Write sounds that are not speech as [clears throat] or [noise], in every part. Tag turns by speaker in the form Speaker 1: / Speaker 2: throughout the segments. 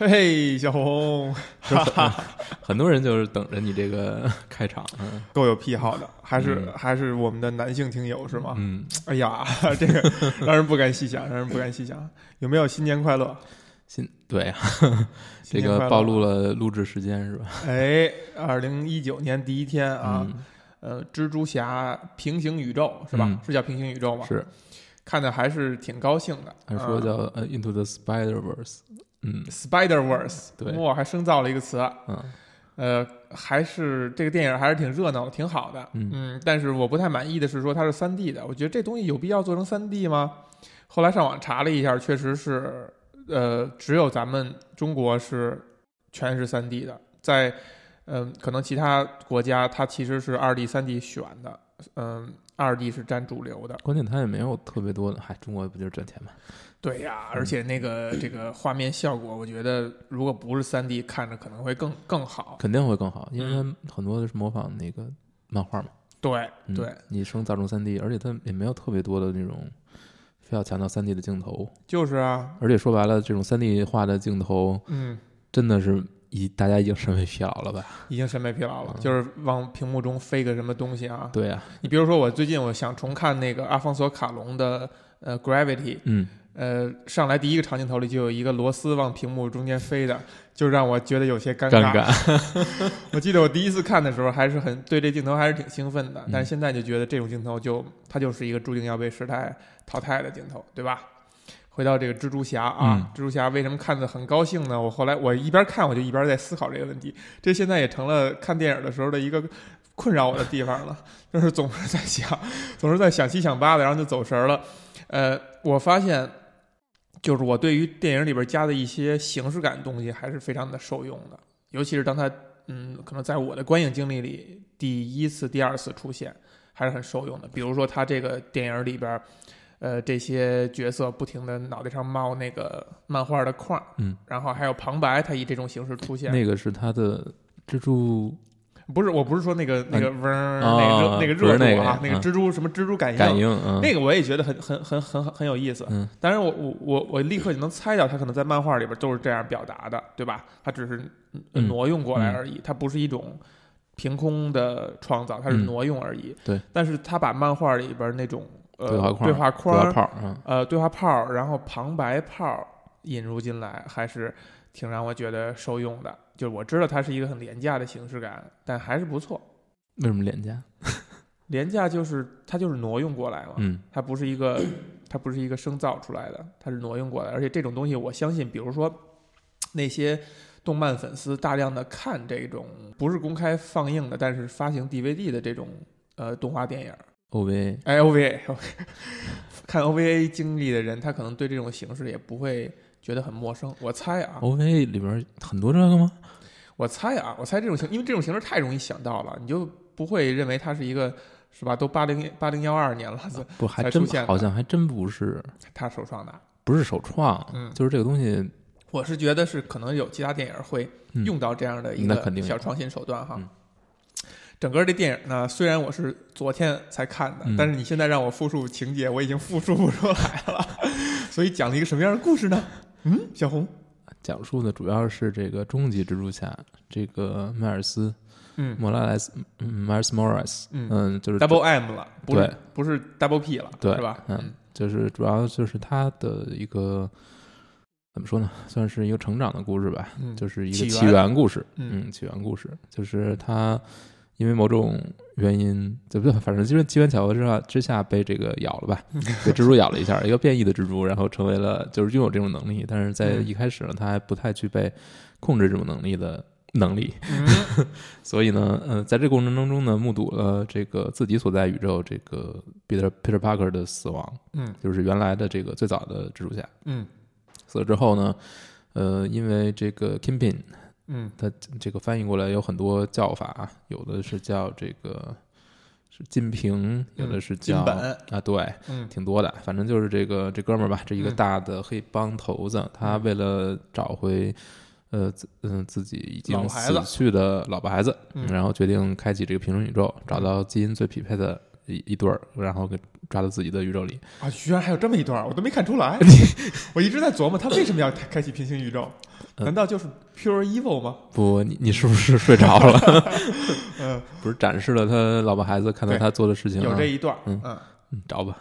Speaker 1: 嘿嘿，小 [laughs] 红，
Speaker 2: 是吧 [laughs] 很多人就是等着你这个 [laughs] 开场，嗯
Speaker 1: 够有癖好的，还是、
Speaker 2: 嗯
Speaker 1: 还是我们的男性听友是吗？
Speaker 2: 嗯，
Speaker 1: 哎呀， [laughs] 这个让人不敢细想，让人不敢细想。有没有新年快乐？
Speaker 2: 新对啊，
Speaker 1: 新
Speaker 2: 这
Speaker 1: 年快
Speaker 2: 个
Speaker 1: 乐
Speaker 2: 暴露了录制时间是吧？
Speaker 1: 哎，二零一九年第一天啊，呃，蜘蛛侠平行宇宙是吧？
Speaker 2: 嗯
Speaker 1: 是叫平行宇宙吗
Speaker 2: 嗯，？是，
Speaker 1: 看的还是挺高兴的。
Speaker 2: 还
Speaker 1: 的
Speaker 2: 说叫呃 Into the Spider Verse，嗯
Speaker 1: Spider Verse，
Speaker 2: 对
Speaker 1: 我还生造了一个词。啊
Speaker 2: 嗯
Speaker 1: 呃，还是这个电影还是挺热闹的，挺好的。
Speaker 2: 嗯
Speaker 1: 但是我不太满意的是说它是三 D 的，我觉得这东西有必要做成三 D 吗？后来上网查了一下，确实是，呃，只有咱们中国是全是三 D 的，在嗯、可能其他国家它其实是二 D、三 D 选的，嗯、二 D 是占主流的。
Speaker 2: 关键他也没有特别多的，嗨，中国不就是赚钱吗？
Speaker 1: 对呀、嗯而且那个这个画面效果，我觉得如果不是三 D，看着可能会更更好。
Speaker 2: 肯定会更好，因
Speaker 1: 嗯
Speaker 2: 为他很多都是模仿那个漫画嘛。
Speaker 1: 对
Speaker 2: 嗯
Speaker 1: 对，
Speaker 2: 你升大众三 D，而且它也没有特别多的那种非要强调三 D 的镜头，
Speaker 1: 就是啊，
Speaker 2: 而且说白了，这种三 D 画的镜头
Speaker 1: 嗯。
Speaker 2: 真的是已大家已经审美疲劳了吧？
Speaker 1: 已经审美疲劳了，
Speaker 2: 嗯
Speaker 1: 就是往屏幕中飞个什么东西啊！
Speaker 2: 对啊，
Speaker 1: 你比如说，我最近我想重看那个阿方索卡隆的呃《Gravity》，
Speaker 2: 嗯，
Speaker 1: 呃，上来第一个长镜头里就有一个螺丝往屏幕中间飞的，就让我觉得有些尴
Speaker 2: 尴尬，
Speaker 1: [laughs] 我记得我第一次看的时候还是很对这镜头还是挺兴奋的
Speaker 2: 嗯，
Speaker 1: 但是现在就觉得这种镜头就它就是一个注定要被时代淘汰的镜头，对吧？回到这个蜘蛛侠啊，
Speaker 2: 嗯
Speaker 1: 蜘蛛侠为什么看得很高兴呢？我后来我一边看我就一边在思考这个问题，这现在也成了看电影的时候的一个困扰我的地方了， [laughs] 就是总是在想，总是在想七想八的，然后就走神儿了。呃，我发现就是我对于电影里边加的一些形式感的东西还是非常的受用的，尤其是当它嗯，可能在我的观影经历里，第一次、第二次出现还是很受用的。比如说，它这个电影里边，呃，这些角色不停的脑袋上冒那个漫画的框，
Speaker 2: 嗯，
Speaker 1: 然后还有旁白，它以这种形式出现。
Speaker 2: 那个是他的蜘蛛
Speaker 1: 不是，我不是说那个那个嗡儿、
Speaker 2: 哦
Speaker 1: 那个
Speaker 2: 啊
Speaker 1: 热
Speaker 2: 不是
Speaker 1: 那个热
Speaker 2: 那
Speaker 1: 度
Speaker 2: 个
Speaker 1: 啊，那个
Speaker 2: 嗯
Speaker 1: 蜘蛛什么蜘蛛感应，
Speaker 2: 感应，嗯，
Speaker 1: 那个我也觉得很很很很很很有意思。
Speaker 2: 嗯，
Speaker 1: 当然我我我我立刻就能猜到，他可能在漫画里边都是这样表达的，对吧？他只是呃
Speaker 2: 嗯
Speaker 1: 挪用过来而已，它不是一种凭空的创造，它是
Speaker 2: 嗯
Speaker 1: 挪用而已。
Speaker 2: 对，
Speaker 1: 但是他把漫画里边那种呃
Speaker 2: 对话框
Speaker 1: 对话
Speaker 2: 主要
Speaker 1: 框、
Speaker 2: 炮啊，
Speaker 1: 呃对话泡，然后旁白泡引入进来，还是挺让我觉得受用的。就是我知道它是一个很廉价的形式感，但还是不错。
Speaker 2: 为什么廉价？
Speaker 1: 廉价就是它就是挪用过来嘛，
Speaker 2: 嗯
Speaker 1: 它不是一个， [clears throat] 它不是一个生造出来的，它是挪用过来的。而且这种东西，我相信，比如说那些动漫粉丝大量的看这种不是公开放映的，但是发行 DVD 的这种呃动画电影，
Speaker 2: ，OVA，
Speaker 1: 哎 OVA，看 OVA 经历的人，他可能对这种形式也不会觉得很陌生。我猜啊，
Speaker 2: OVA 里边很多这个吗？
Speaker 1: 我猜啊，我猜这种形，因为这种形式太容易想到了，你就不会认为它是一个。是吧？都八零八零幺二年了，
Speaker 2: 不，还
Speaker 1: 才
Speaker 2: 真
Speaker 1: 出现的
Speaker 2: 好像还真不是，
Speaker 1: [laughs] 他首创的。
Speaker 2: 不是首创，
Speaker 1: 嗯
Speaker 2: 就是这个东西，
Speaker 1: 我是觉得是可能有其他电影会
Speaker 2: 嗯
Speaker 1: 用到这样的一
Speaker 2: 那肯
Speaker 1: 个
Speaker 2: 定有
Speaker 1: 小创新手段哈。
Speaker 2: 嗯
Speaker 1: 整个这电影呢，虽然我是昨天才看的，
Speaker 2: 嗯
Speaker 1: 但是你现在让我复述情节，我已经复述不出来了。 [laughs] 所以讲了一个什么样的故事呢？嗯，小红，
Speaker 2: 讲述的主要是这个终极蜘蛛侠，这个迈尔斯
Speaker 1: 嗯
Speaker 2: 莫拉莱斯，嗯，迈尔斯莫拉斯，
Speaker 1: 嗯
Speaker 2: 嗯，就是
Speaker 1: ，Double M 了，不
Speaker 2: 对
Speaker 1: 是不是 Double P 了，
Speaker 2: 对
Speaker 1: 是吧？
Speaker 2: 嗯，就是主要就是他的一个怎么说呢，算是一个成长的故事吧，
Speaker 1: 嗯，
Speaker 2: 就是一
Speaker 1: 起
Speaker 2: 个
Speaker 1: 源
Speaker 2: 起源故事，
Speaker 1: 嗯
Speaker 2: 嗯，起源故事就是他因为某种原因，对不对？反正就是机缘巧合之下之下被这个咬了吧，
Speaker 1: 嗯
Speaker 2: 被蜘蛛咬了一下，一个变异的蜘蛛，然后成为了就是拥有这种能力，但是在
Speaker 1: 嗯
Speaker 2: 一开始呢，他还不太具备控制这种能力的能力，
Speaker 1: 嗯
Speaker 2: 所以呢，呃，在这个过程当中呢，目睹了这个自己所在宇宙这个 Peter Peter Parker 的死亡，
Speaker 1: 嗯
Speaker 2: 就是原来的这个最早的蜘蛛侠
Speaker 1: 嗯
Speaker 2: 死了之后呢，呃，因为这个 Kingpin
Speaker 1: 嗯
Speaker 2: 它这个翻译过来有很多叫法啊，有的是叫这个是金瓶，有的是
Speaker 1: 金
Speaker 2: 叫、
Speaker 1: 本
Speaker 2: 啊，对，
Speaker 1: 嗯
Speaker 2: 挺多的。反正就是这个这哥们儿吧，这一个
Speaker 1: 嗯
Speaker 2: 大的黑帮头子，他为了找回呃自嗯、自己已
Speaker 1: 老
Speaker 2: 经
Speaker 1: 牌子
Speaker 2: 死去的老婆孩子，
Speaker 1: 嗯
Speaker 2: 然后决定开启这个平行宇宙，找到基因最匹配的一一对儿，然后给抓到自己的宇宙里。 [laughs]
Speaker 1: 啊，居然还有这么一段儿，我都没看出来。我一直在琢磨他为什么要开开启平行宇宙，
Speaker 2: 嗯
Speaker 1: 难道就是 pure evil 吗？
Speaker 2: 不，你你是不是睡着了？
Speaker 1: [laughs] 嗯，
Speaker 2: 不是展示了他老婆孩子看到
Speaker 1: 对
Speaker 2: 他做的事情、啊，
Speaker 1: 有这一段儿，
Speaker 2: 嗯
Speaker 1: 嗯，
Speaker 2: 嗯找吧。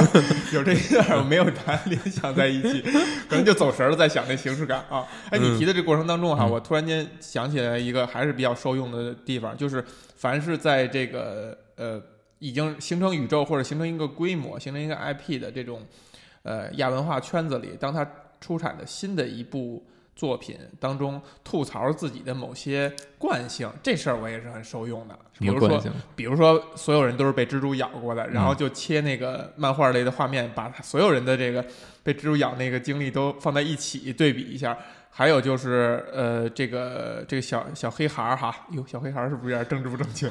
Speaker 1: [laughs] 有这一段儿，我没有把它联想在一起，可能就走神儿了，在想这形式感啊。哎，你
Speaker 2: 嗯
Speaker 1: 提的这过程当中哈，
Speaker 2: 嗯
Speaker 1: 我突然间想起来一个还是比较受用的地方，就是凡是在这个呃已经形成宇宙或者形成一个规模、形成一个 IP 的这种呃亚文化圈子里，当它出产的新的一部。作品当中吐槽自己的某些惯性，这事儿我也是很受用的。
Speaker 2: 什
Speaker 1: 比
Speaker 2: 么啊
Speaker 1: 如说
Speaker 2: 惯，性？
Speaker 1: 比如说，所有人都是被蜘蛛咬过的，
Speaker 2: 嗯
Speaker 1: 然后就切那个漫画类的画面，把所有人的这个被蜘蛛咬那个经历都放在一起对比一下。还有就是，呃，这个这个小小黑孩儿哈，哟，小黑孩儿是不是有点政治不正确？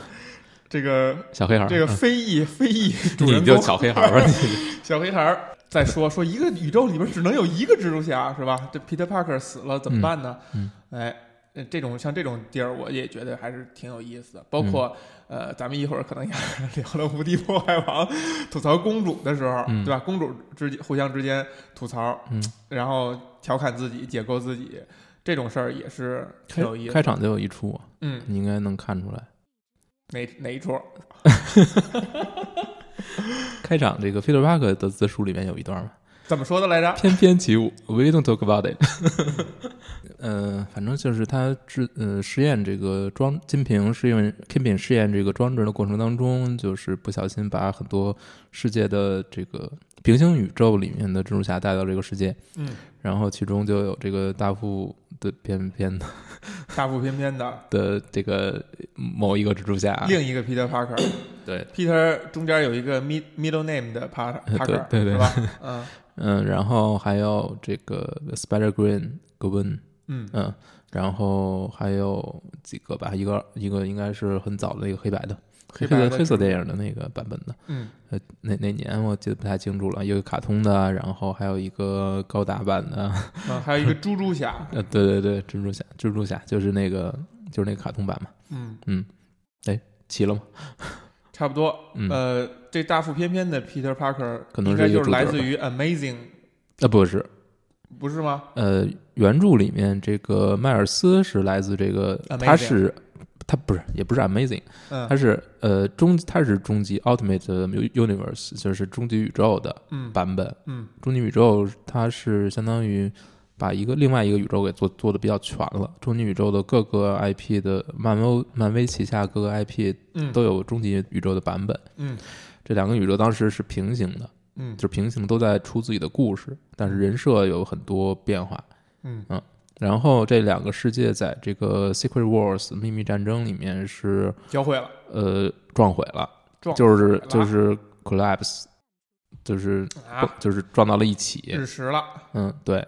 Speaker 1: 这个
Speaker 2: 小黑孩儿，
Speaker 1: 这个
Speaker 2: 嗯
Speaker 1: 非裔非裔主人
Speaker 2: 你就
Speaker 1: 公
Speaker 2: 小黑孩儿
Speaker 1: [laughs]
Speaker 2: 吧，你
Speaker 1: 小黑孩儿在说说一个宇宙里边只能有一个蜘蛛侠是吧？这 Peter Parker 死了怎么办呢？
Speaker 2: 嗯
Speaker 1: 哎，呃这种像这种地儿，我也觉得还是挺有意思的。包括、
Speaker 2: 嗯
Speaker 1: 呃，咱们一会儿可能也 [laughs] 聊了《无敌破坏王》吐槽公主的时候，
Speaker 2: 嗯
Speaker 1: 对吧？公主之间互相之间吐槽，
Speaker 2: 嗯
Speaker 1: 然后调侃自己、解构自己，这种事儿也是挺有意
Speaker 2: 开
Speaker 1: 思
Speaker 2: 开
Speaker 1: 的。
Speaker 2: 场就有一出啊，
Speaker 1: 嗯，
Speaker 2: 你应该能看出来。
Speaker 1: 哪哪一出？
Speaker 2: 开场这个 Peter Parker 的自述里面有
Speaker 1: [laughs]
Speaker 2: 一段嘛，
Speaker 1: 怎么说的来着？
Speaker 2: 翩翩起舞，We don't talk about it 。
Speaker 1: [laughs]
Speaker 2: 呃，反正就是他制呃实验这个装金瓶试验金品试验这个装置的过程当中，就是不小心把很多世界的这个平行宇宙里面的蜘蛛侠带到这个世界，
Speaker 1: 嗯，
Speaker 2: 然后其中就有这个大副的翩翩的
Speaker 1: 大腹翩翩的
Speaker 2: 的这个某一个蜘蛛侠，
Speaker 1: 另一个 Peter Parker。
Speaker 2: 对，
Speaker 1: Peter 中间有一个 mid middle name 的 Parker，
Speaker 2: [laughs] 对
Speaker 1: Parker，
Speaker 2: 对对
Speaker 1: 是吧？嗯
Speaker 2: 嗯，然后还有这个 Spider Green 格温，
Speaker 1: 嗯
Speaker 2: 嗯，然后还有几个吧，一个一个应该是很早的那个黑白的
Speaker 1: 黑白
Speaker 2: 色
Speaker 1: 的
Speaker 2: 黑色电影的那个版本的，
Speaker 1: 嗯
Speaker 2: 哪哪年我记得不太清楚了，有一个卡通的，啊然后还有一个高达版的，啊
Speaker 1: 嗯，还有一个猪猪侠，
Speaker 2: 呃，对对对，蜘蛛侠，蜘蛛侠就是那个就是那个卡通版嘛，
Speaker 1: 嗯，
Speaker 2: 齐了吗？
Speaker 1: 差不多。
Speaker 2: 嗯，啊、
Speaker 1: 呃，这大腹翩翩的 Peter Parker
Speaker 2: 可能
Speaker 1: 应
Speaker 2: 是
Speaker 1: 该
Speaker 2: 一个
Speaker 1: 就是来
Speaker 2: 主
Speaker 1: 自
Speaker 2: 角吧
Speaker 1: 于 Amazing，
Speaker 2: 呃不是，
Speaker 1: 不是吗？
Speaker 2: 呃，原著里面这个迈尔斯是来自这个，他
Speaker 1: Amazing
Speaker 2: 是他不是也不是 Amazing。
Speaker 1: 嗯
Speaker 2: 它是呃终它是终极 Ultimate Universe，就是终极宇宙的
Speaker 1: 嗯
Speaker 2: 版本。
Speaker 1: 嗯
Speaker 2: 终极宇宙它是相当于把一个另外一个宇宙给做做的比较全了。终极宇宙的各个 IP 的漫威漫威旗下各个 IP
Speaker 1: 嗯
Speaker 2: 都有终极宇宙的版本。
Speaker 1: 嗯
Speaker 2: 这两个宇宙当时是平行的，
Speaker 1: 嗯
Speaker 2: 就是平行都在出自己的故事，但是人设有很多变化。
Speaker 1: 嗯
Speaker 2: 然后这两个世界在这个 Secret Wars 秘密战争里面是
Speaker 1: 教会了，
Speaker 2: 呃撞毁了。
Speaker 1: 撞
Speaker 2: 就是
Speaker 1: 了
Speaker 2: 就是 collapse，就是、
Speaker 1: 啊，
Speaker 2: 就是撞到了一起。
Speaker 1: 日食了。
Speaker 2: 嗯，对，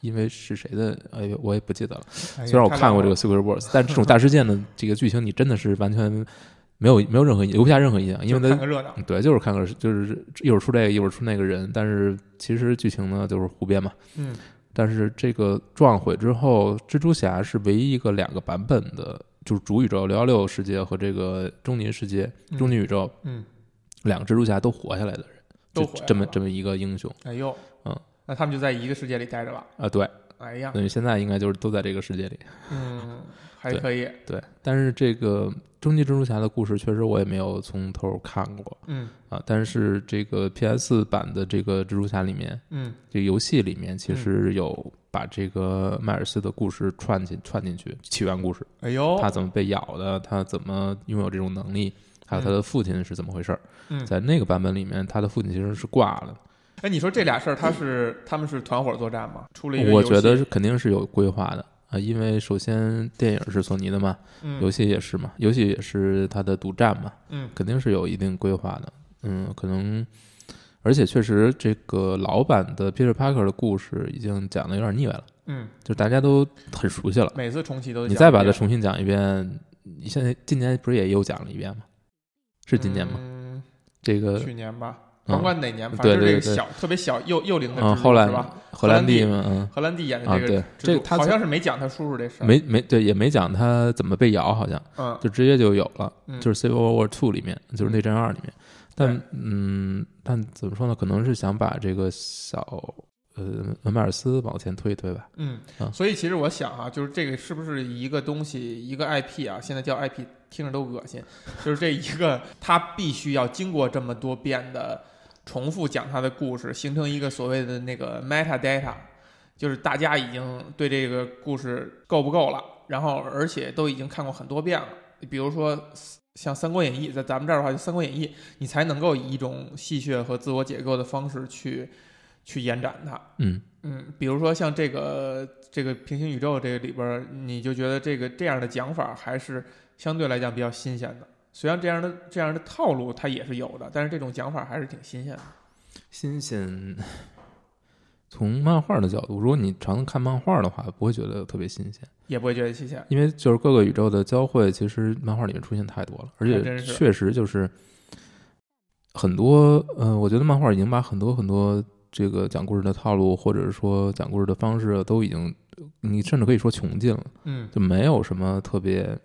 Speaker 2: 因为是谁的？哎呦，我也不记得了。
Speaker 1: 哎呀
Speaker 2: 虽然我看过这，个
Speaker 1: 太
Speaker 2: Secret Wars，但这种大事
Speaker 1: [laughs]
Speaker 2: 件的这个剧情，你真的是完全没有没有任何留不下任何印象，因
Speaker 1: 浪
Speaker 2: 为
Speaker 1: 了就看
Speaker 2: 它
Speaker 1: 个热闹。
Speaker 2: 对就是看个就是一会儿出这个一会儿出那个人，但是其实剧情呢就是胡编嘛。
Speaker 1: 嗯
Speaker 2: 但是这个撞毁之后，蜘蛛侠是唯一一个两个版本的，就是主宇宙六幺六世界和这个终极世界、
Speaker 1: 嗯
Speaker 2: 终极宇宙
Speaker 1: 嗯，
Speaker 2: 两个蜘蛛侠都活下来的人，
Speaker 1: 都
Speaker 2: 就
Speaker 1: 活下来
Speaker 2: 这么
Speaker 1: 了
Speaker 2: 这么一个英雄
Speaker 1: 哎呦，
Speaker 2: 嗯，
Speaker 1: 那他们就在一个世界里待着了。
Speaker 2: 啊，对，
Speaker 1: 哎呀，
Speaker 2: 等于现在应该就是都在这个世界里，
Speaker 1: 嗯，还
Speaker 2: 对
Speaker 1: 可以，
Speaker 2: 对。但是这个终极蜘蛛侠的故事，确实我也没有从头看过
Speaker 1: 嗯
Speaker 2: 啊。但是这个 PS 版的这个蜘蛛侠里面，
Speaker 1: 嗯
Speaker 2: 这个游戏里面其实有把这个迈尔斯的故事串进串进去，起源故事，
Speaker 1: 哎呦，
Speaker 2: 他怎么被咬的，他怎么拥有这种能力。还有他的父亲是怎么回事儿？
Speaker 1: 嗯
Speaker 2: 在那个版本里面，他的父亲其实是挂了，
Speaker 1: 哎，你说这俩事儿，他是他们是团伙作战吗？出了一个游
Speaker 2: 我
Speaker 1: 戏
Speaker 2: 觉得是肯定是有规划的啊，因为首先电影是索尼的嘛，游
Speaker 1: 嗯
Speaker 2: 戏也是嘛，游戏也是它的独占嘛，
Speaker 1: 嗯
Speaker 2: 肯定是有一定规划的。嗯，可能，而且确实这个老版的 Peter Parker 的故事已经讲的有点腻歪了，
Speaker 1: 嗯，
Speaker 2: 就大家都很熟悉了。
Speaker 1: 每次重启都
Speaker 2: 你再把它
Speaker 1: 它
Speaker 2: 重新讲一遍，你现在今年不是也又讲了一遍吗？是今年吗？
Speaker 1: 嗯，
Speaker 2: 这个
Speaker 1: 去年吧，
Speaker 2: 嗯
Speaker 1: 甭管哪年，反
Speaker 2: 对
Speaker 1: 正这个
Speaker 2: 对对
Speaker 1: 小特别小幼幼龄的
Speaker 2: 嗯，
Speaker 1: 蜘蛛
Speaker 2: 后来
Speaker 1: 是吧？
Speaker 2: 荷
Speaker 1: 兰
Speaker 2: 兰弟
Speaker 1: 弟
Speaker 2: 嘛，嗯。
Speaker 1: 荷兰弟演的
Speaker 2: 啊，
Speaker 1: 这个
Speaker 2: 对
Speaker 1: 蜘蛛，，
Speaker 2: 这个他
Speaker 1: 好像是没讲他叔叔这事儿，
Speaker 2: 没没对，也没讲他怎么被咬，好像
Speaker 1: 嗯
Speaker 2: 就直接就有了，
Speaker 1: 嗯
Speaker 2: 就是《Civil War Two》里面，就是《内战二》里面。但嗯，但怎么说呢？可能是想把这个小呃文迈尔斯往前推一推吧。
Speaker 1: 嗯
Speaker 2: 啊，
Speaker 1: 所以其实我想啊，就是这个是不是一个东西，一个 IP 啊？现在叫 IP，听着都恶心。就是这一个，它必须要经过这么多遍的重复讲它的故事，形成一个所谓的那个 metadata，就是大家已经对这个故事够不够了，然后而且都已经看过很多遍了。比如说像《三国演义》，在咱们这儿的话，就《三国演义》，你才能够以一种戏谑和自我解构的方式去去延展它。
Speaker 2: 嗯
Speaker 1: 嗯，比如说像这个这个平行宇宙这个里边儿，你就觉得这个这样的讲法还是相对来讲比较新鲜的。虽然这样的这样的套路它也是有的，但是这种讲法还是挺新鲜的。
Speaker 2: 新鲜。从漫画的角度，如果你常看漫画的话，不会觉得特别新鲜，
Speaker 1: 也不会觉得新鲜。
Speaker 2: 因为就是各个宇宙的交汇，其实漫画里面出现太多了，而
Speaker 1: 还真
Speaker 2: 且
Speaker 1: 是
Speaker 2: 确实就是很多，嗯、我觉得漫画已经把很多很多这个讲故事的套路，或者说讲故事的方式，啊都已经，你甚至可以说穷尽了。
Speaker 1: 嗯
Speaker 2: 就没有什么特别，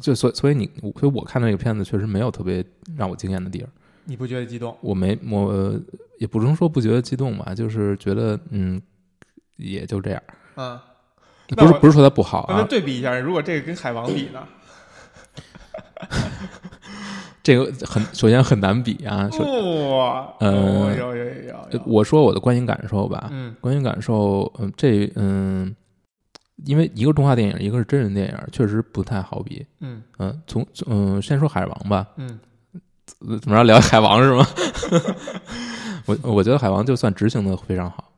Speaker 2: 就所以所以你我所以我看那个片子确实没有特别让我惊艳的地儿，
Speaker 1: 你不觉得激动？
Speaker 2: 我没我呃也不能说不觉得激动吧，就是觉得嗯也就这样，
Speaker 1: 嗯，那
Speaker 2: 不是
Speaker 1: 我
Speaker 2: 不是说它不好
Speaker 1: 那咱
Speaker 2: 啊，
Speaker 1: 对比一下，如果这个跟海王比呢？
Speaker 2: 这个很首先很难比啊，首
Speaker 1: 哇，哦
Speaker 2: 呃
Speaker 1: 有有有有
Speaker 2: 呃
Speaker 1: 有，
Speaker 2: 我说我的观影感受吧，
Speaker 1: 嗯
Speaker 2: 观影感受嗯这嗯。因为一个是动画电影，一个是真人电影，确实不太好比。
Speaker 1: 嗯
Speaker 2: 嗯，从嗯，先说海王吧，
Speaker 1: 嗯
Speaker 2: 呃怎么着聊海王是吗？ [laughs] 我我觉得海王就算执行的非常好，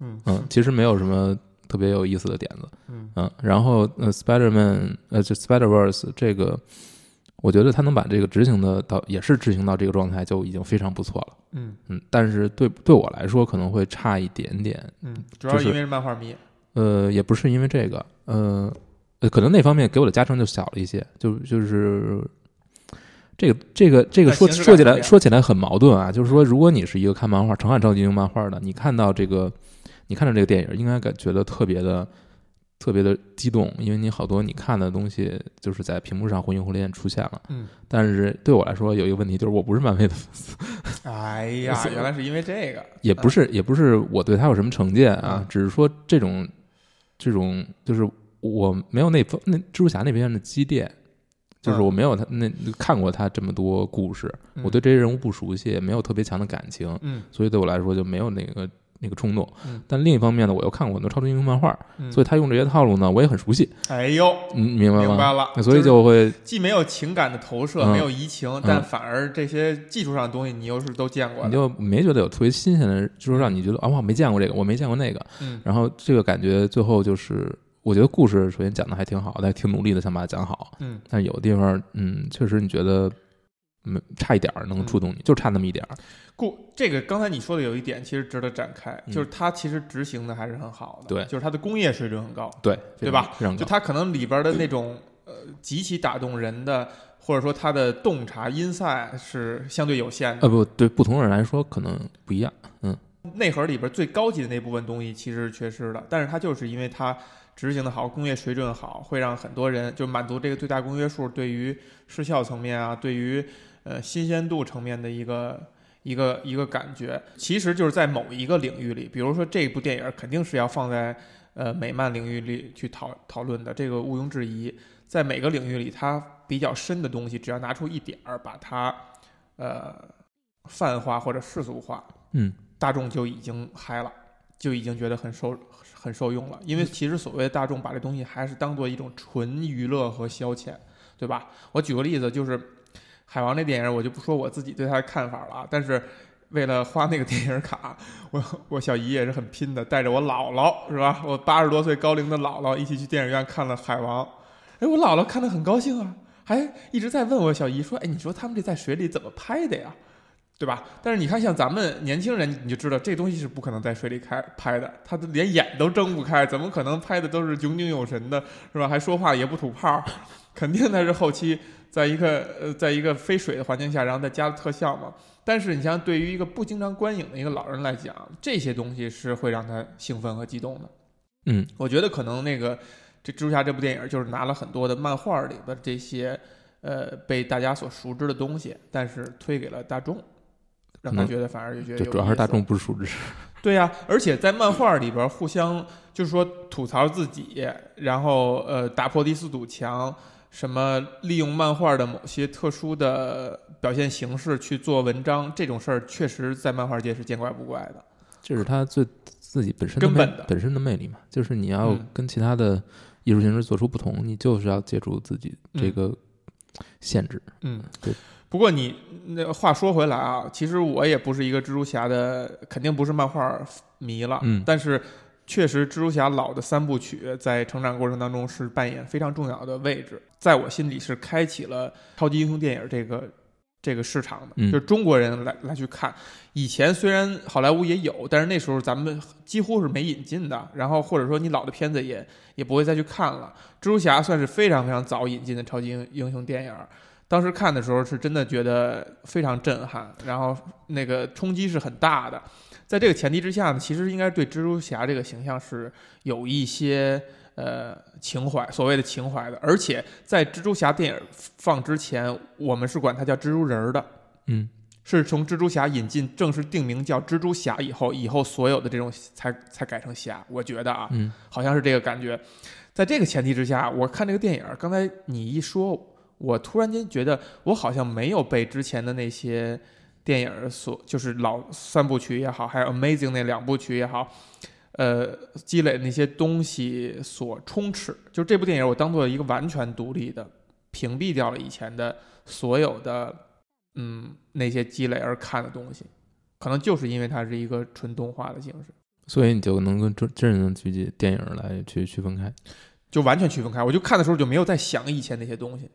Speaker 1: 嗯
Speaker 2: 嗯，其实没有什么特别有意思的点子，
Speaker 1: 嗯
Speaker 2: 嗯，然后呃，Spiderman 呃，就 Spider Verse 这个，我觉得他能把这个执行的到也是执行到这个状态就已经非常不错了，
Speaker 1: 嗯
Speaker 2: 嗯，但是对对我来说可能会差一点点，
Speaker 1: 嗯，主要
Speaker 2: 就是
Speaker 1: 因为是漫画迷。
Speaker 2: 呃，也不是因为这个，呃，呃可能那方面给我的加成就小了一些，就就是这个这个这个
Speaker 1: 那
Speaker 2: 说
Speaker 1: 形式感
Speaker 2: 说起
Speaker 1: 怎么
Speaker 2: 来
Speaker 1: 样
Speaker 2: 说起来很矛盾啊，就是说，如果你是一个看漫画、长按超级英雄漫画的，你看到这个，你看到这个电影，应该感觉得特别的。特别的激动，因为你好多你看的东西就是在屏幕上或映或练出现了，
Speaker 1: 嗯，
Speaker 2: 但是对我来说有一个问题，就是我不是漫威的粉丝，
Speaker 1: 哎呀，原来是因为这个，
Speaker 2: 也不是也不是我对他有什么成见啊，
Speaker 1: 嗯
Speaker 2: 只是说这种这种就是我没有那方那蜘蛛侠那边的积淀，就是
Speaker 1: 嗯
Speaker 2: 我没有他那看过他这么多故事，
Speaker 1: 嗯
Speaker 2: 我对这些人物不熟悉，也没有特别强的感情，
Speaker 1: 嗯
Speaker 2: 所以对我来说就没有那个那个冲动
Speaker 1: 嗯。
Speaker 2: 但另一方面呢，我又看过很多超级英雄漫画，
Speaker 1: 嗯，
Speaker 2: 所以他用这些套路呢，我也很熟悉，
Speaker 1: 哎呦，
Speaker 2: 你明白
Speaker 1: 明
Speaker 2: 吗？
Speaker 1: 白了，
Speaker 2: 所以
Speaker 1: 是
Speaker 2: 就会
Speaker 1: 既没有情感的投射，
Speaker 2: 嗯
Speaker 1: 没有移情，但反而这些技术上的东西你又是都见过
Speaker 2: 你
Speaker 1: 的。
Speaker 2: 就没觉得有特别新鲜的，就是让你觉得啊，我没见过这个，我没见过那个，
Speaker 1: 嗯
Speaker 2: 然后这个感觉最后就是，我觉得故事首先讲的还挺好，但是挺努力的想把它讲好，
Speaker 1: 嗯，
Speaker 2: 但是有的地方，嗯，确实你觉得，嗯，差一点儿能触动
Speaker 1: 嗯
Speaker 2: 你，就差那么一点儿。
Speaker 1: 故这个刚才你说的有一点其实值得展开，
Speaker 2: 嗯
Speaker 1: 就是它其实执行的还是很好的，
Speaker 2: 对
Speaker 1: 就是它的工业水准很高，
Speaker 2: 对，
Speaker 1: 对吧？
Speaker 2: 非常
Speaker 1: 就
Speaker 2: 高。
Speaker 1: 它可能里边的那种呃极其打动人的，或者说它的洞察 insight 是相对有限的。
Speaker 2: 呃，不对，不同人来说可能不一样。
Speaker 1: 内核里边最高级的那部分东西其实是缺失的，但是它就是因为它执行的好，工业水准好，会让很多人就满足这个最大公约数对于失效层面啊，对于呃新鲜度层面的一个一个一个感觉。其实就是在某一个领域里，比如说这部电影肯定是要放在呃美漫领域里去讨讨论的，这个毋庸置疑。在每个领域里，它比较深的东西，只要拿出一点儿，把它呃泛化或者世俗化，
Speaker 2: 嗯，
Speaker 1: 大众就已经嗨了，就已经觉得很受很受用了。因为其实所谓的大众把这东西还是当做一种纯娱乐和消遣，对吧？我举个例子，就是《海王》这电影，我就不说我自己对它的看法了啊，但是。为了花那个电影卡， [laughs] 我我小姨也是很拼的，带着我姥姥是吧？我八十多岁高龄的姥姥一起去电影院看了《海王》，哎，我姥姥看得很高兴啊，还一直在问我小姨说：“哎，你说他们这在水里怎么拍的呀？”对吧？但是你看，像咱们年轻人，你就知道这东西是不可能在水里开拍的，他都连眼都睁不开，怎么可能拍的都是炯炯有神的，是吧？还说话也不吐泡儿，肯定他是后期在一个呃，在一个非水的环境下，然后再加了特效嘛。但是你像对于一个不经常观影的一个老人来讲，这些东西是会让他兴奋和激动的。
Speaker 2: 嗯，
Speaker 1: 我觉得可能那个这蜘蛛侠这部电影就是拿了很多的漫画里边这些呃被大家所熟知的东西，但是推给了大众。让他觉得反而就觉得
Speaker 2: 嗯就
Speaker 1: 有
Speaker 2: 主要是
Speaker 1: 意
Speaker 2: 大
Speaker 1: 思
Speaker 2: 众不是熟知，
Speaker 1: 对呀、而且在漫画里边互相就是说吐槽自己，然后呃打破第四堵墙，什么利用漫画的某些特殊的表现形式去做文章，这种事儿确实在漫画界是见怪不怪的。
Speaker 2: 这是他最自己本身
Speaker 1: 根
Speaker 2: 的
Speaker 1: 本
Speaker 2: 魅
Speaker 1: 的
Speaker 2: 本身的魅力嘛，就是你要
Speaker 1: 嗯
Speaker 2: 跟其他的艺术形式做出不同，你就是要借助自己这
Speaker 1: 嗯
Speaker 2: 个限制，
Speaker 1: 嗯
Speaker 2: 对。
Speaker 1: 不过你那话说回来啊，其实我也不是一个蜘蛛侠的，肯定不是漫画迷了。
Speaker 2: 嗯
Speaker 1: 啊但是确实，蜘蛛侠老的三部曲在成长过程当中是扮演非常重要的位置，在我心里是开启了超级英雄电影这个这个市场的，
Speaker 2: 嗯
Speaker 1: 就是中国人来来去看。以前虽然好莱坞也有，但是那时候咱们几乎是没引进的，然后或者说你老的片子也也不会再去看了。蜘蛛侠算是非常非常早引进的超级英英雄电影。当时看的时候是真的觉得非常震撼，然后那个冲击是很大的。在这个前提之下呢，其实应该对蜘蛛侠这个形象是有一些呃情怀，所谓的情怀的。而且在蜘蛛侠电影放之前，我们是管它叫蜘蛛人儿的，
Speaker 2: 嗯，
Speaker 1: 是从蜘蛛侠引进正式定名叫蜘蛛侠以后，以后所有的这种才才改成侠。我觉得啊，
Speaker 2: 嗯
Speaker 1: 好像是这个感觉。在这个前提之下，我看这个电影，刚才你一说，我突然间觉得我好像没有被之前的那些电影所，就是老三部曲也好，还有 Amazing 那两部曲也好，呃，积累的那些东西所充斥。就这部电影，我当做一个完全独立的，屏蔽掉了以前的所有的嗯那些积累而看的东西。可能就是因为它是一个纯动画的形式。
Speaker 2: 所以你就能跟真真人的剧集电影来去区分开，
Speaker 1: 就完全区分开。我就看的时候就没有再想以前那些东西，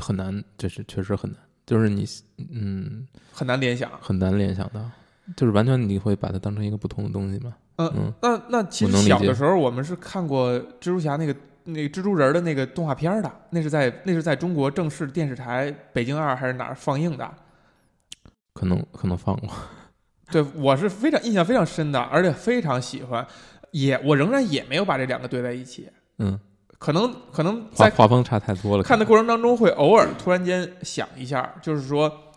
Speaker 2: 很难，这是确实很难，就是你嗯
Speaker 1: 很难联想。
Speaker 2: 很难联想到，就是完全你会把它当成一个不同的东西嘛，
Speaker 1: 嗯
Speaker 2: 嗯
Speaker 1: 那那其
Speaker 2: 我
Speaker 1: 实
Speaker 2: 能理
Speaker 1: 小
Speaker 2: 解
Speaker 1: 的时候我们是看过蜘蛛侠那个那个蜘蛛人的那个动画片的，那是在那是在中国正式电视台北京二还是哪儿放映的？
Speaker 2: 可能可能放过，
Speaker 1: 对，我是非常印象非常深的，而且非常喜欢，也我仍然也没有把这两个对在一起，
Speaker 2: 嗯，
Speaker 1: 可能可能
Speaker 2: 画
Speaker 1: 在
Speaker 2: 画风差太多了，
Speaker 1: 看的
Speaker 2: 可能
Speaker 1: 过程当中会偶尔突然间想一下，就是说，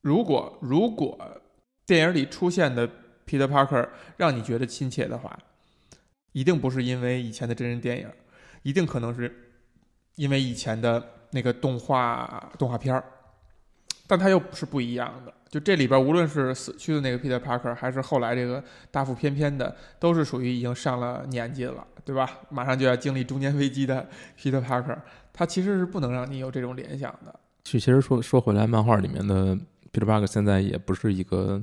Speaker 1: 如果如果电影里出现的 Peter Parker 让你觉得亲切的话，一定不是因为以前的真人电影，一定可能是因为以前的那个动画动画片儿，但它又是不一样的。就这里边，无论是死去的那个 Peter Parker，还是后来这个大腹翩翩的，都是属于已经上了年纪了，对吧？马上就要经历中年危机的 Peter Parker，它其实是不能让你有这种联想的。
Speaker 2: 其其实说说回来，漫画里面的 Peter Parker 现在也不是一个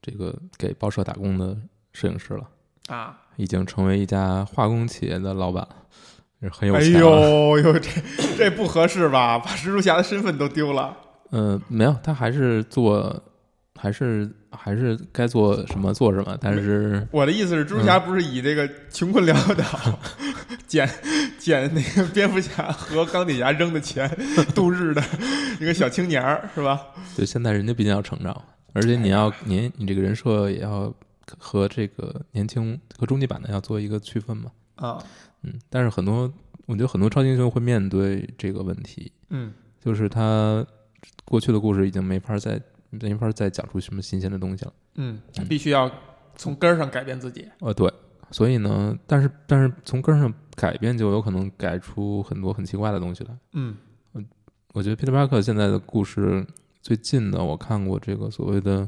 Speaker 2: 这个给报社打工的摄影师了，
Speaker 1: 啊，
Speaker 2: 已经成为一家化工企业的老板了，也是很有
Speaker 1: 哎
Speaker 2: 钱了。
Speaker 1: [laughs] 呦呦，这这不合适吧？把蜘蛛侠的身份都丢了。
Speaker 2: 呃，没有，他还是做，还是还是该做什么做什么，但是
Speaker 1: 我的意思是，蜘蛛侠嗯不是以这个穷困潦倒、 [laughs] 捡捡那个蝙蝠侠和钢铁侠扔的钱度日的一个小青年儿，是吧？
Speaker 2: 对现在人家毕竟要成长，而且你要你你这个人设也要和这个年轻和终极版的要做一个区分嘛。
Speaker 1: 啊，
Speaker 2: 嗯，但是很多我觉得很多超级英雄会面对这个问题，
Speaker 1: 嗯
Speaker 2: 就是他过去的故事已经没法再没法再讲出什么新鲜的东西了。
Speaker 1: 嗯，必须要从根儿上改变自己。
Speaker 2: 呃，对，所以呢，但是但是从根儿上改变，就有可能改出很多很奇怪的东西来。
Speaker 1: 嗯
Speaker 2: 我觉得 Peter Parker 现在的故事最近的，我看过这个所谓的。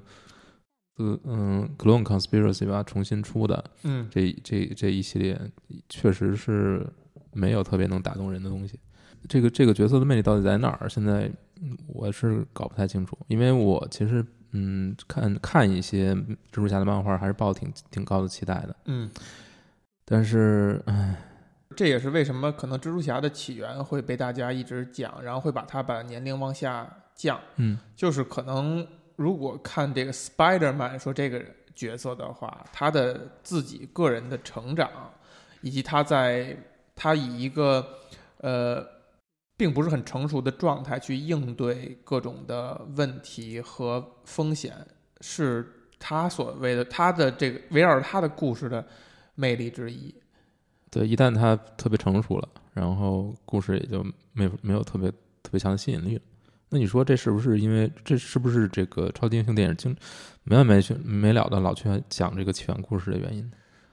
Speaker 2: 呃嗯，Clone Conspiracy 吧，重新出的
Speaker 1: 嗯
Speaker 2: 这这这一系列，确实是没有特别能打动人的东西。这个这个角色的魅力到底在哪儿？现在嗯我是搞不太清楚，因为我其实嗯看看一些蜘蛛侠的漫画，还是抱挺挺高的期待的。
Speaker 1: 嗯，
Speaker 2: 但是，唉，
Speaker 1: 这也是为什么可能蜘蛛侠的起源会被大家一直讲，然后会把它把年龄往下降。
Speaker 2: 嗯，
Speaker 1: 就是可能如果看这个 Spider Man 说这个角色的话，他的自己个人的成长，以及他在他以一个呃，并不是很成熟的状态去应对各种的问题和风险，是他所谓的他的这个围绕着他的故事的魅力之一。
Speaker 2: 对，一旦他特别成熟了，然后故事也就没有没有特别特别强的吸引力了。那你说这是不是因为这是不是这个超级英雄电影经没完没去没了的老去讲这个起源故事的原因？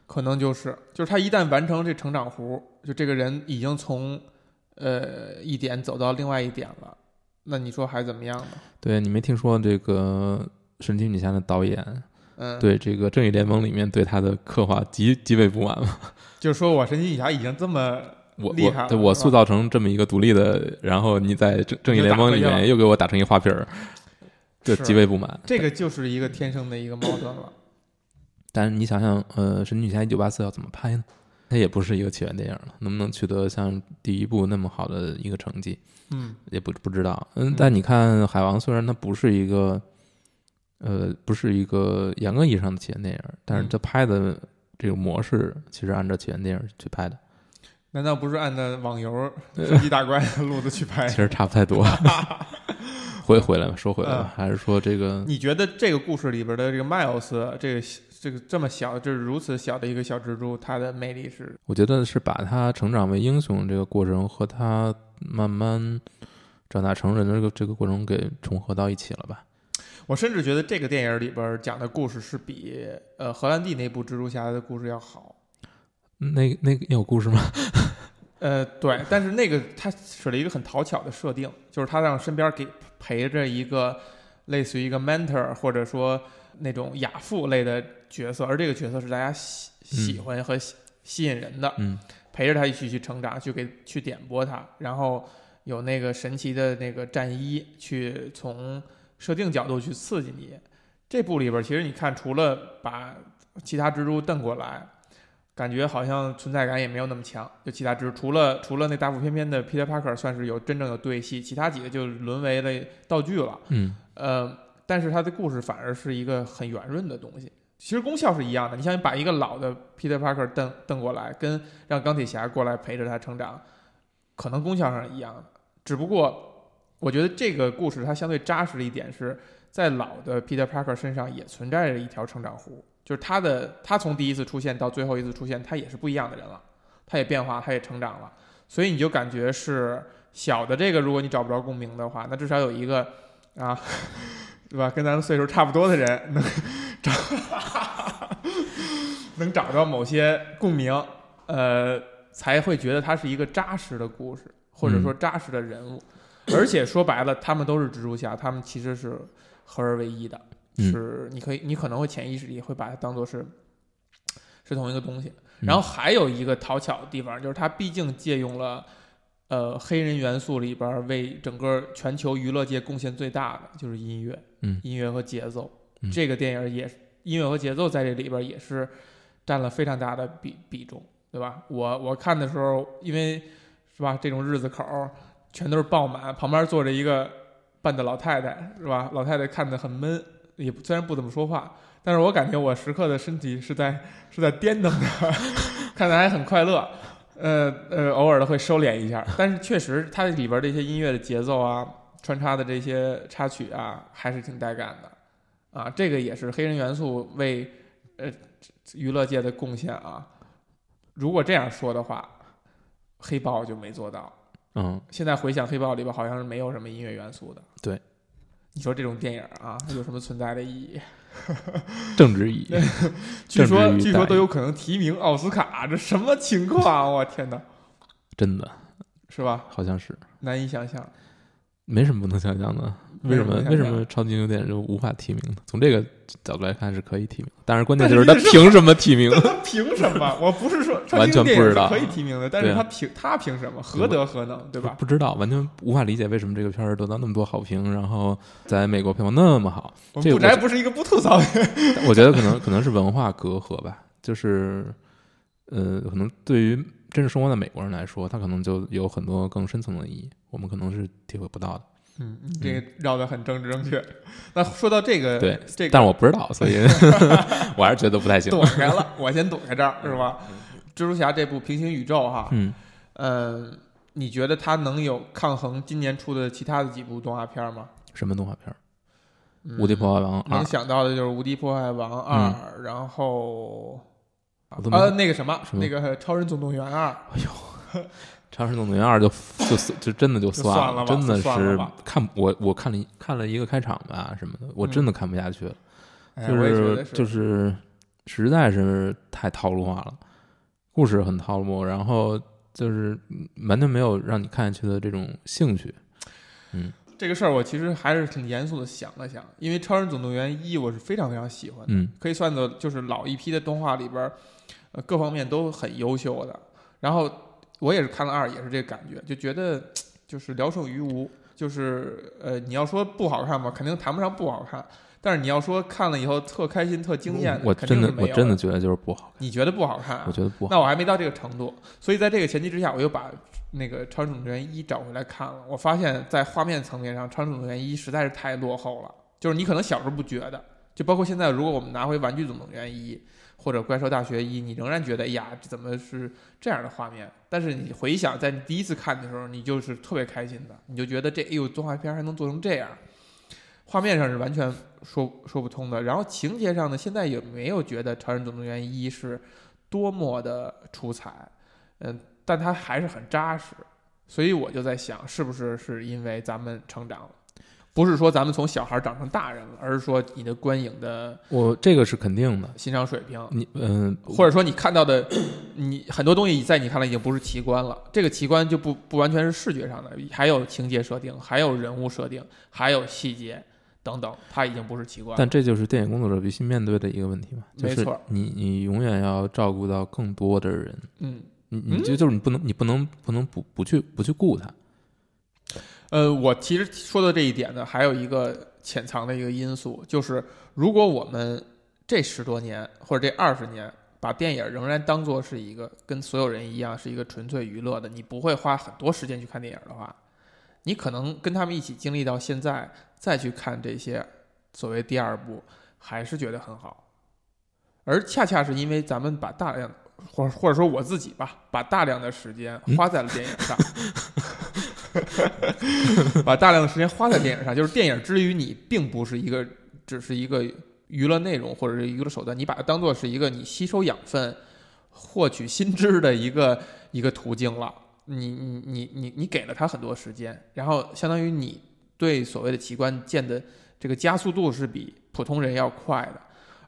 Speaker 1: 可能就是就是他一旦完成这成长弧，就这个人已经从呃一点走到另外一点了，那你说还怎么样呢？
Speaker 2: 对你没听说这个《神奇女侠》的导演
Speaker 1: 嗯，，
Speaker 2: 对这个《正义联盟》里面对他的刻画极极为不满吗？
Speaker 1: 就是说我神奇女侠已经这么
Speaker 2: 我
Speaker 1: 厉害
Speaker 2: 我
Speaker 1: 了
Speaker 2: 对我
Speaker 1: 是吧
Speaker 2: 塑造成这么一个独立的，然后你在正正义
Speaker 1: 又
Speaker 2: 联
Speaker 1: 打
Speaker 2: 盟
Speaker 1: 回
Speaker 2: 里
Speaker 1: 去了
Speaker 2: 面又给我打成一花瓶儿，就是极为不满。
Speaker 1: 这个就是一个天生的一个矛盾了。
Speaker 2: 但是你想想，呃，《神奇女侠一九八四》要怎么拍呢？它也不是一个起源电影了，能不能取得像第一部那么好的一个成绩，
Speaker 1: 嗯，
Speaker 2: 也不不知道。嗯
Speaker 1: 嗯，
Speaker 2: 但你看《海王》，虽然它不是一个，呃，不是一个严格意义上的起源电影，但是
Speaker 1: 嗯
Speaker 2: 它拍的这个模式其实按照起源电影去拍的，
Speaker 1: 难道不是按照网游手机打怪的路子去拍
Speaker 2: 其？实差不太
Speaker 1: [laughs]
Speaker 2: 多。回回来吧，说回来
Speaker 1: 呃
Speaker 2: 吧，还是说这个
Speaker 1: 你觉得这个故事里边的这个 Miles 这个这个这么小，就是如此小的一个小蜘蛛，它的魅力是
Speaker 2: 我觉得是把他成长为英雄这个过程和他慢慢长大成人的这个这个过程给重合到一起了吧？
Speaker 1: 我甚至觉得这个电影里边讲的故事是比呃荷兰弟那部蜘蛛侠的故事要好。
Speaker 2: 那那个有故事吗？
Speaker 1: 呃，对，但是那个他使了一个很讨巧的设定，就是他让身边给陪着一个类似于一个 mentor 或者说那种亚父类的角色，而这个角色是大家喜喜欢和吸吸引人的，
Speaker 2: 嗯，
Speaker 1: 陪着他一起去成长，去给去点拨他，然后有那个神奇的那个战衣去从设定角度去刺激你。这部里边儿其实你看，除了把其他蜘蛛瞪过来，感觉好像存在感也没有那么强。就其他蜘蛛，除了除了那大腹便便的 Peter Parker 算是有真正有对戏，其他几个就沦为了道具了。
Speaker 2: 嗯，
Speaker 1: 呃，但是它的故事反而是一个很圆润的东西。其实功效是一样的，你像把一个老的 Peter Parker 瞪瞪过来，跟让钢铁侠过来陪着他成长，可能功效上是一样的。只不过我觉得这个故事它相对扎实的一点是在老的 Peter Parker 身上也存在着一条成长弧，就是他的他从第一次出现到最后一次出现，他也是不一样的人了，他也变化，他也成长了，所以你就感觉是小的这个，如果你找不着共鸣的话，那至少有一个啊， [laughs] 对吧？跟咱们岁数差不多的人 [laughs] 能找能找到某些共鸣，呃，才会觉得它是一个扎实的故事，或者说扎实的人物。而且说白了，他们都是蜘蛛侠，他们其实是合而为一的，
Speaker 2: 嗯
Speaker 1: 是你可以，你可能会潜意识里会把它当做是是同一个东西。然后还有一个讨巧的地方，就是它毕竟借用了呃黑人元素里边儿为整个全球娱乐界贡献最大的就是音乐，
Speaker 2: 嗯
Speaker 1: 音乐和节奏。
Speaker 2: 嗯
Speaker 1: 这个电影也是音乐和节奏在这里边儿也是占了非常大的比比重，对吧？我我看的时候，因为是吧，这种日子口儿全都是爆满，旁边坐着一个半的老太太，是吧？老太太看得很闷，也不虽然不怎么说话，但是我感觉我时刻的身体是在是在颠腾的， [laughs] 看得还很快乐。呃呃，偶尔的会收敛一下，但是确实它里边儿这些音乐的节奏啊，穿插的这些插曲啊，还是挺带感的啊。这个也是黑人元素为呃娱乐界的贡献啊。如果这样说的话，黑豹就没做到。
Speaker 2: 嗯，
Speaker 1: 现在回想黑豹里边好像是没有什么音乐元素的。
Speaker 2: 对，
Speaker 1: 你说这种电影啊，有什么存在的意义？
Speaker 2: 政治意义，
Speaker 1: 据说
Speaker 2: 政治
Speaker 1: 据
Speaker 2: 与大
Speaker 1: 说
Speaker 2: 义
Speaker 1: 都有可能提名奥斯卡，这什么情况啊？我天哪，
Speaker 2: 真的
Speaker 1: 是吧？
Speaker 2: 好像是
Speaker 1: 难以想象。
Speaker 2: 没什么不能想象的。为什么
Speaker 1: 没
Speaker 2: 为
Speaker 1: 什
Speaker 2: 什
Speaker 1: 么
Speaker 2: 么超级英雄电影就无法提名呢？从这个角度来看是可以提名，但是关键
Speaker 1: 但
Speaker 2: 就是是他
Speaker 1: 你是
Speaker 2: 凭什么提名？
Speaker 1: 他凭什么？我不是说
Speaker 2: [laughs] 完全不知道
Speaker 1: 超级英雄电影是可以提名的，但
Speaker 2: 对
Speaker 1: 是
Speaker 2: 啊
Speaker 1: 他凭他凭什么？何德何能，对吧？
Speaker 2: 不知道，完全无法理解为什么这个片儿得到那么多好评，然后在美国票房那么好。
Speaker 1: 我
Speaker 2: 这
Speaker 1: 们
Speaker 2: 个
Speaker 1: 不宅不是一个不吐槽的
Speaker 2: [laughs]
Speaker 1: 人，
Speaker 2: 我觉得可能可能是文化隔阂吧，就是，呃，可能对于真实生活在美国人来说，他可能就有很多更深层的意义，我们可能是体会不到的。
Speaker 1: 嗯，你这个绕得很政治正确。 [laughs] 那说到这个，
Speaker 2: 嗯对，
Speaker 1: 这个
Speaker 2: 但是我不知道，
Speaker 1: [laughs]
Speaker 2: 所以我还是觉得不太行。
Speaker 1: 躲开了，我先躲开这儿是吧？蜘蛛侠这部平行宇宙哈，
Speaker 2: 嗯，
Speaker 1: 嗯，你觉得它能有抗衡今年出的其他的几部动画片吗？
Speaker 2: 什么动画片儿？
Speaker 1: 嗯
Speaker 2: 《无敌破坏王二嗯
Speaker 1: 能》想到的就是《无敌破坏王二》，然后
Speaker 2: 我都没
Speaker 1: 呃那个什么
Speaker 2: 什么
Speaker 1: 那个《超人总动员二》，哎呦，
Speaker 2: 长生总动员二就就就真的就算
Speaker 1: 就算了吧
Speaker 2: 真的
Speaker 1: 就算了
Speaker 2: 是
Speaker 1: 吧嗯
Speaker 2: 看我我看了一看了一个开场吧什么的，我真的看不下去了，
Speaker 1: 哎
Speaker 2: 就
Speaker 1: 我也觉得是，
Speaker 2: 就是实在是太套路化了，故事很套路，然后就是完全没有让你看下去的这种兴趣。
Speaker 1: 这个事儿，我其实还是挺严肃的想了想，因为《超人总动员一》我是非常非常喜欢的，
Speaker 2: 嗯
Speaker 1: 可以算作就是老一批的动画里边儿，呃，各方面都很优秀的。然后我也是看了二，也是这个感觉，就觉得就是聊胜于无，就是呃，你要说不好看吧，肯定谈不上不好看，但是你要说看了以后特开心、特惊艳，
Speaker 2: 我
Speaker 1: 肯
Speaker 2: 真
Speaker 1: 定
Speaker 2: 的
Speaker 1: 是没
Speaker 2: 我
Speaker 1: 有
Speaker 2: 真的觉得就是不好，
Speaker 1: 你觉得不好看、啊
Speaker 2: 我？觉得不好。
Speaker 1: 那我还没到这个程度，所以在这个前提之下，我又把那个《超人总动员一》找回来看了。我发现，在画面层面上，《超人总动员一》实在是太落后了。就是你可能小时候不觉得，就包括现在，如果我们拿回《玩具总动员一》或者《怪兽大学一》，你仍然觉得，哎呀，这怎么是这样的画面？但是你回想，在你第一次看的时候，你就是特别开心的，你就觉得这，哎呦，动画片还能做成这样。画面上是完全说说不通的，然后情节上呢，现在也没有觉得《超人总动员一》是多么的出彩，嗯，但它还是很扎实，所以我就在想，是不是是因为咱们成长了，不是说咱们从小孩长成大人了，而是说你的观影的
Speaker 2: 我这个是肯定的，
Speaker 1: 欣赏水平，
Speaker 2: 你嗯，
Speaker 1: 呃或者说你看到的，你很多东西在你看来已经不是奇观了，这个奇观就不不完全是视觉上的，还有情节设定，还有人物设定，还有细节等等，它已经不是奇观了。
Speaker 2: 但这就是电影工作者必须面对的一个问题嘛，就
Speaker 1: 没
Speaker 2: 是
Speaker 1: 错
Speaker 2: 你你永远要照顾到更多的人，
Speaker 1: 嗯，
Speaker 2: 你你就就是你不能你不能不能不不去不去顾他，
Speaker 1: 呃，我其实说到这一点呢，还有一个潜藏的一个因素，就是如果我们这十多年或者这二十年，把电影仍然当做是一个跟所有人一样是一个纯粹娱乐的，你不会花很多时间去看电影的话，你可能跟他们一起经历到现在，再去看这些所谓第二部，还是觉得很好。而恰恰是因为咱们把大量，或或者说我自己吧，把大量的时间花在了电影上，把大量的时间花在电影上，就是电影之于你，并不是一个只是一个娱乐内容或者是娱乐手段，你把它当做是一个你吸收养分、获取新知的一个一个途径了。你你你你你给了他很多时间，然后相当于你对所谓的奇观见的这个加速度是比普通人要快的。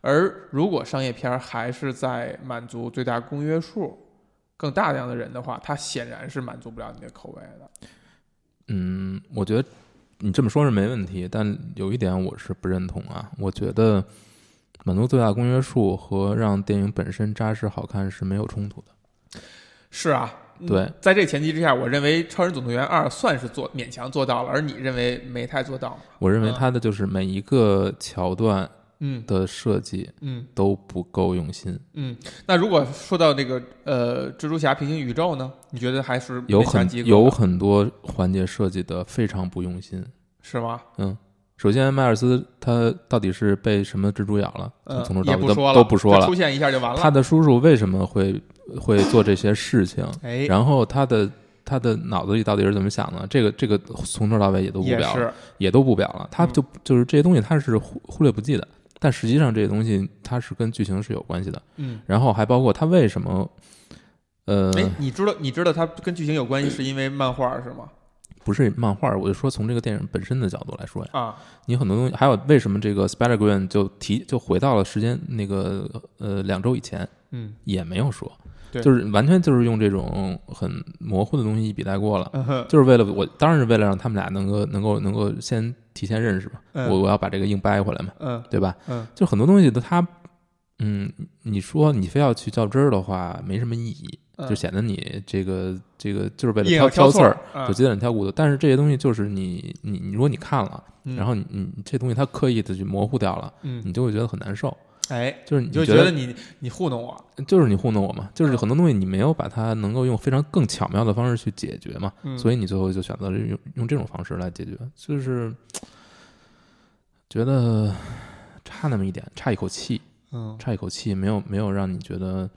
Speaker 1: 而如果商业片儿还是在满足最大公约数、更大量的人的话，它显然是满足不了你的口味的。
Speaker 2: 嗯，我觉得你这么说是没问题，但有一点我是不认同啊。我觉得满足最大公约数和让电影本身扎实好看是没有冲突的。
Speaker 1: 是啊，嗯
Speaker 2: 对，
Speaker 1: 在这前提之下，我认为《超人总动员二》算是做勉强做到了，而你认为没太做到嘛？
Speaker 2: 我认为
Speaker 1: 嗯
Speaker 2: 它的就是每一个桥段
Speaker 1: 嗯
Speaker 2: 的设计
Speaker 1: 嗯
Speaker 2: 都不够用心，
Speaker 1: 嗯。那如果说到这个呃蜘蛛侠平行宇宙呢，你觉得还是
Speaker 2: 有
Speaker 1: 勉强及
Speaker 2: 很
Speaker 1: 格
Speaker 2: 有
Speaker 1: 的
Speaker 2: 很多环节设计的非常不用心。
Speaker 1: 是吗？
Speaker 2: 首先，迈尔斯他到底是被什么蜘蛛咬了？
Speaker 1: 嗯，
Speaker 2: 从头到
Speaker 1: 也
Speaker 2: 尾
Speaker 1: 不
Speaker 2: 都
Speaker 1: 说了，
Speaker 2: 都不说
Speaker 1: 就
Speaker 2: 了
Speaker 1: 出。现一下就完了。
Speaker 2: 他的叔叔为什么会会做这些事情？
Speaker 1: 哎，
Speaker 2: 然后他的他的脑子里到底是怎么想的？这个这个从头到尾也都不
Speaker 1: 也
Speaker 2: 表了，
Speaker 1: 是嗯
Speaker 2: 也都不表了。他就、就是这些东西他是忽忽略不计的，但实际上这些东西它是跟剧情是有关系的。
Speaker 1: 嗯。
Speaker 2: 然后还包括他为什么，呃，
Speaker 1: 哎，你知道你知道它跟剧情有关系，是因为漫画是吗？
Speaker 2: 不是漫画，我就说从这个电影本身的角度来说呀，
Speaker 1: 啊，
Speaker 2: 你很多东西，还有为什么这个 Spider Gwen 就提就回到了时间那个呃两周以前，
Speaker 1: 嗯，
Speaker 2: 也没有说，
Speaker 1: 对
Speaker 2: 就是完全就是用这种很模糊的东西一笔带过了。
Speaker 1: 嗯哼
Speaker 2: 就是为了我，当然是为了让他们俩能够能够能够先提前认识嘛。
Speaker 1: 嗯
Speaker 2: 我我要把这个硬掰回来嘛，
Speaker 1: 嗯
Speaker 2: 对吧？
Speaker 1: 嗯，
Speaker 2: 就很多东西都他，嗯，你说你非要去较真儿的话，没什么意义，
Speaker 1: 嗯
Speaker 2: 就显得你这个这个就是为了
Speaker 1: 硬
Speaker 2: 挑
Speaker 1: 要挑
Speaker 2: 刺儿，
Speaker 1: 嗯
Speaker 2: 就鸡蛋挑骨头。但是这些东西就是你你你，如果你看了，
Speaker 1: 嗯
Speaker 2: 然后你你这东西它刻意的去模糊掉了，
Speaker 1: 嗯，
Speaker 2: 你就会觉得很难受。
Speaker 1: 哎，
Speaker 2: 就是你
Speaker 1: 你就
Speaker 2: 觉
Speaker 1: 觉得你你糊弄我，
Speaker 2: 就是你糊弄我嘛，就是很多东西你没有把它能够用非常更巧妙的方式去解决嘛，
Speaker 1: 嗯
Speaker 2: 所以你最后就选择了用用这种方式来解决，就是觉得差那么一点，差一口气，
Speaker 1: 嗯
Speaker 2: 差一口气，没有没有让你觉得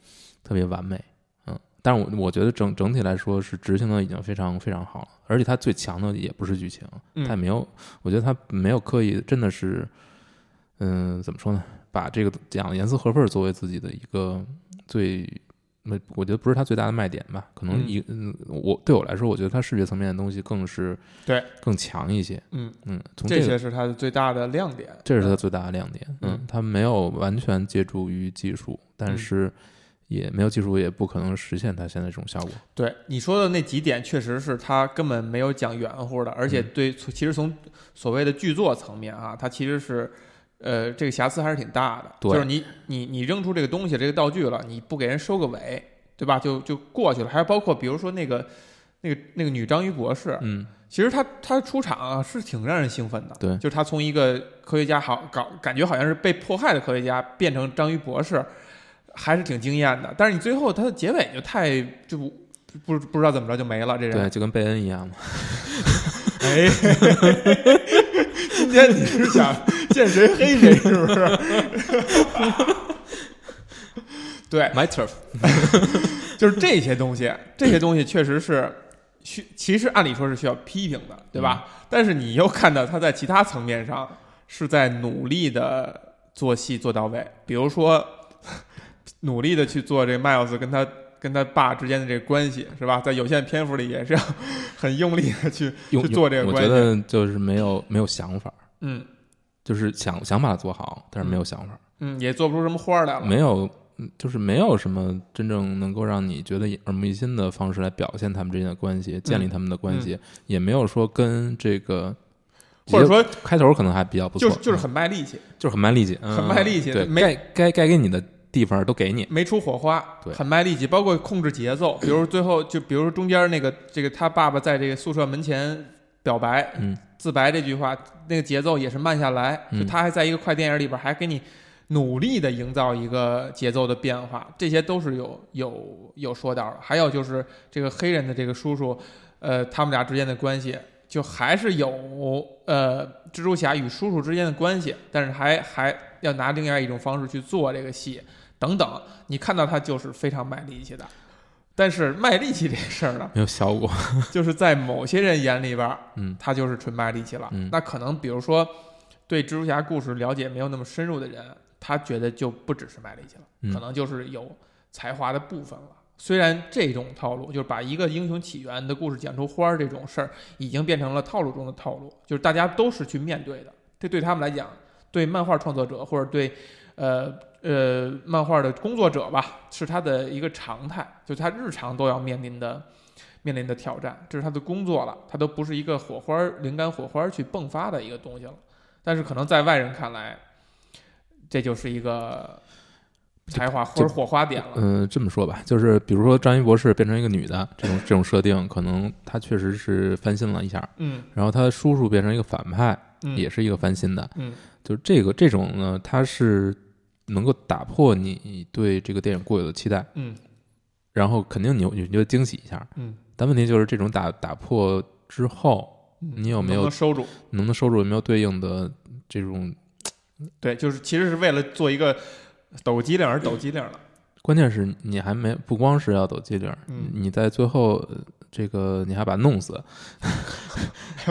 Speaker 2: 特别完美，嗯，但是我我觉得整整体来说是执行的已经非常非常好了，而且它最强的也不是剧情，
Speaker 1: 嗯
Speaker 2: 他也没有，我觉得他没有刻意，真的是，嗯、怎么说呢？把这个讲的严丝合缝儿作为自己的一个最没，我觉得不是它最大的卖点吧。可能
Speaker 1: 嗯
Speaker 2: 一，嗯我对我来说，我觉得它视觉层面的东西更是
Speaker 1: 对
Speaker 2: 更强一些。
Speaker 1: 嗯，
Speaker 2: 嗯，从
Speaker 1: 这
Speaker 2: 个
Speaker 1: 些是它的最大的亮点。
Speaker 2: 这是它最大的亮点。
Speaker 1: 嗯
Speaker 2: 嗯，它没有完全借助于技术，但是也没有技术也不可能实现它现在这种效果。
Speaker 1: 对你说的那几点，确实是他根本没有讲圆乎的，而且
Speaker 2: 嗯
Speaker 1: 对，其实从所谓的剧作层面啊，它其实是，呃，这个瑕疵还是挺大的。
Speaker 2: 对
Speaker 1: 就是你你你扔出这个东西，这个道具了，你不给人收个尾，对吧？就就过去了。还有包括比如说那个那个那个女章鱼博士，
Speaker 2: 嗯，
Speaker 1: 其实他他出场啊是挺让人兴奋的，
Speaker 2: 对
Speaker 1: 就是他从一个科学家好搞，感觉好像是被迫害的科学家变成章鱼博士，还是挺惊艳的。但是你最后他的结尾就太就不不不知道怎么着就没了，这
Speaker 2: 对，
Speaker 1: 人。
Speaker 2: 就跟贝恩
Speaker 1: [laughs]
Speaker 2: 一样嘛。
Speaker 1: 哎，今天你是想见谁黑谁是不是？ [laughs] 对，
Speaker 2: My turf。
Speaker 1: [laughs] 就是这些东西，这些东西确实是需，其实按理说是需要批评的，对吧？
Speaker 2: 嗯
Speaker 1: 但是你又看到他在其他层面上是在努力的做戏做到位，比如说 [laughs] 努力的去做这 Miles 跟他。跟他爸之间的这个关系是吧，在有限篇幅里也是要 [laughs] 很用力的去，
Speaker 2: 用
Speaker 1: 去做这个
Speaker 2: 我
Speaker 1: 关
Speaker 2: 觉
Speaker 1: 系
Speaker 2: 得就是没有没有想法，
Speaker 1: 嗯
Speaker 2: 就是想想把它做好，但是没有想法，
Speaker 1: 嗯，也做不出什么花儿来了。
Speaker 2: 没有。嗯就是没有什么真正能够让你觉得耳目一新的方式来表现他们之间的关系，
Speaker 1: 嗯
Speaker 2: 建立他们的关系，也没有说跟这个，
Speaker 1: 或者说
Speaker 2: 开头可能还比较不错，
Speaker 1: 就是就是
Speaker 2: 嗯
Speaker 1: 很卖力气，
Speaker 2: 就是很卖力气，嗯
Speaker 1: 很卖力气
Speaker 2: 对，
Speaker 1: 没
Speaker 2: 该该该给你的地方都给你，
Speaker 1: 没出火花，
Speaker 2: 对
Speaker 1: 很卖力气，包括控制节奏。比如最后就比如中间那个这个他爸爸在这个宿舍门前表白，
Speaker 2: 嗯，
Speaker 1: 自白这句话，那个节奏也是慢下来，
Speaker 2: 嗯
Speaker 1: 就他还在一个快电影里边还给你努力的营造一个节奏的变化，这些都是有有有说道的。还有就是这个黑人的这个叔叔，呃，他们俩之间的关系。就还是有呃，蜘蛛侠与叔叔之间的关系，但是还还要拿另外一种方式去做这个戏，等等，你看到他就是非常卖力气的。但是卖力气这事儿呢，
Speaker 2: 没有效果，
Speaker 1: 就是在某些人眼里边儿，
Speaker 2: 嗯
Speaker 1: 他就是纯卖力气了。
Speaker 2: 嗯
Speaker 1: 那可能比如说对蜘蛛侠故事了解没有那么深入的人，他觉得就不只是卖力气了，
Speaker 2: 嗯
Speaker 1: 可能就是有才华的部分了。虽然这种套路，就是把一个英雄起源的故事讲出花儿这种事儿，已经变成了套路中的套路，就是大家都是去面对的。这对他们来讲，对漫画创作者或者对，呃呃，漫画的工作者吧，是他的一个常态，就是他日常都要面临的面临的挑战，这是他的工作了，他都不是一个火花儿灵感火花儿去迸发的一个东西了。但是可能在外人看来，这就是一个才华或者火花点了。
Speaker 2: 嗯、这么说吧，就是比如说章鱼博士变成一个女的这种这种设定，可能他确实是翻新了一下，
Speaker 1: 嗯
Speaker 2: 然后他叔叔变成一个反派，
Speaker 1: 嗯，
Speaker 2: 也是一个翻新的，
Speaker 1: 嗯
Speaker 2: 就是这个这种呢，它是能够打破你对这个电影固有的期待，
Speaker 1: 嗯
Speaker 2: 然后肯定你你就惊喜一下，
Speaker 1: 嗯
Speaker 2: 但问题就是这种打打破之后，
Speaker 1: 嗯，
Speaker 2: 你有没有
Speaker 1: 能不能收住？
Speaker 2: 能不能收入有没有对应的这种
Speaker 1: 对，就是其实是为了做一个抖机灵而抖机灵了。 [laughs]
Speaker 2: 关键是你还没不光是要抖机灵，
Speaker 1: 嗯
Speaker 2: 你在最后呃这个你还把它弄死，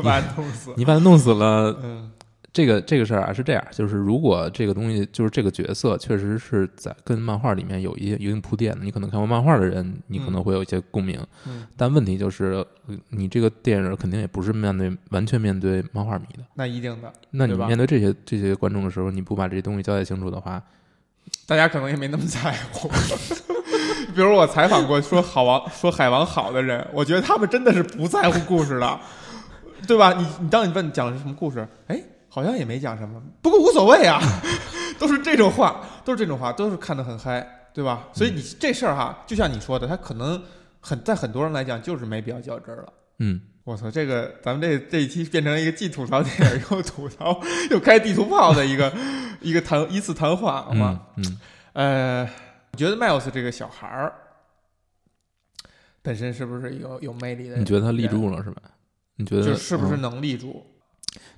Speaker 1: 把它弄死。
Speaker 2: 你把它弄死了，
Speaker 1: 嗯
Speaker 2: 这个这个事儿啊是这样，就是如果这个东西就是这个角色确实是在跟漫画里面有一些一定铺垫的，你可能看过漫画的人，你可能会有一些共鸣，
Speaker 1: 嗯，
Speaker 2: 但问题就是呃你这个电影肯定也不是面对完全面对漫画迷的，
Speaker 1: 那一定的，
Speaker 2: 那你
Speaker 1: 对吧
Speaker 2: 面对这些这些观众的时候，你不把这些东西交代清楚的话，
Speaker 1: 大家可能也没那么在乎。 [laughs] 比如我采访过说好王说海王好的人，我觉得他们真的是不在乎故事的，对吧？你你当你问讲的是什么故事，哎，好像也没讲什么，不过无所谓啊， [laughs] 都是这种话，都是这种话，都是看得很嗨，对吧？所以你这事儿哈，就像你说的，他可能很在很多人来讲就是没必要较真儿了。
Speaker 2: 嗯，
Speaker 1: 我操，这个咱们这这一期变成一个既吐槽电影又吐槽又开地图炮的一个一个谈一次谈话，好吗？
Speaker 2: 嗯嗯，
Speaker 1: 呃，你觉得 Miles 这个小孩儿本身是不是有有魅力的？
Speaker 2: 你觉得他立住了是吧？你觉得
Speaker 1: 就是是不是
Speaker 2: 嗯
Speaker 1: 能立住？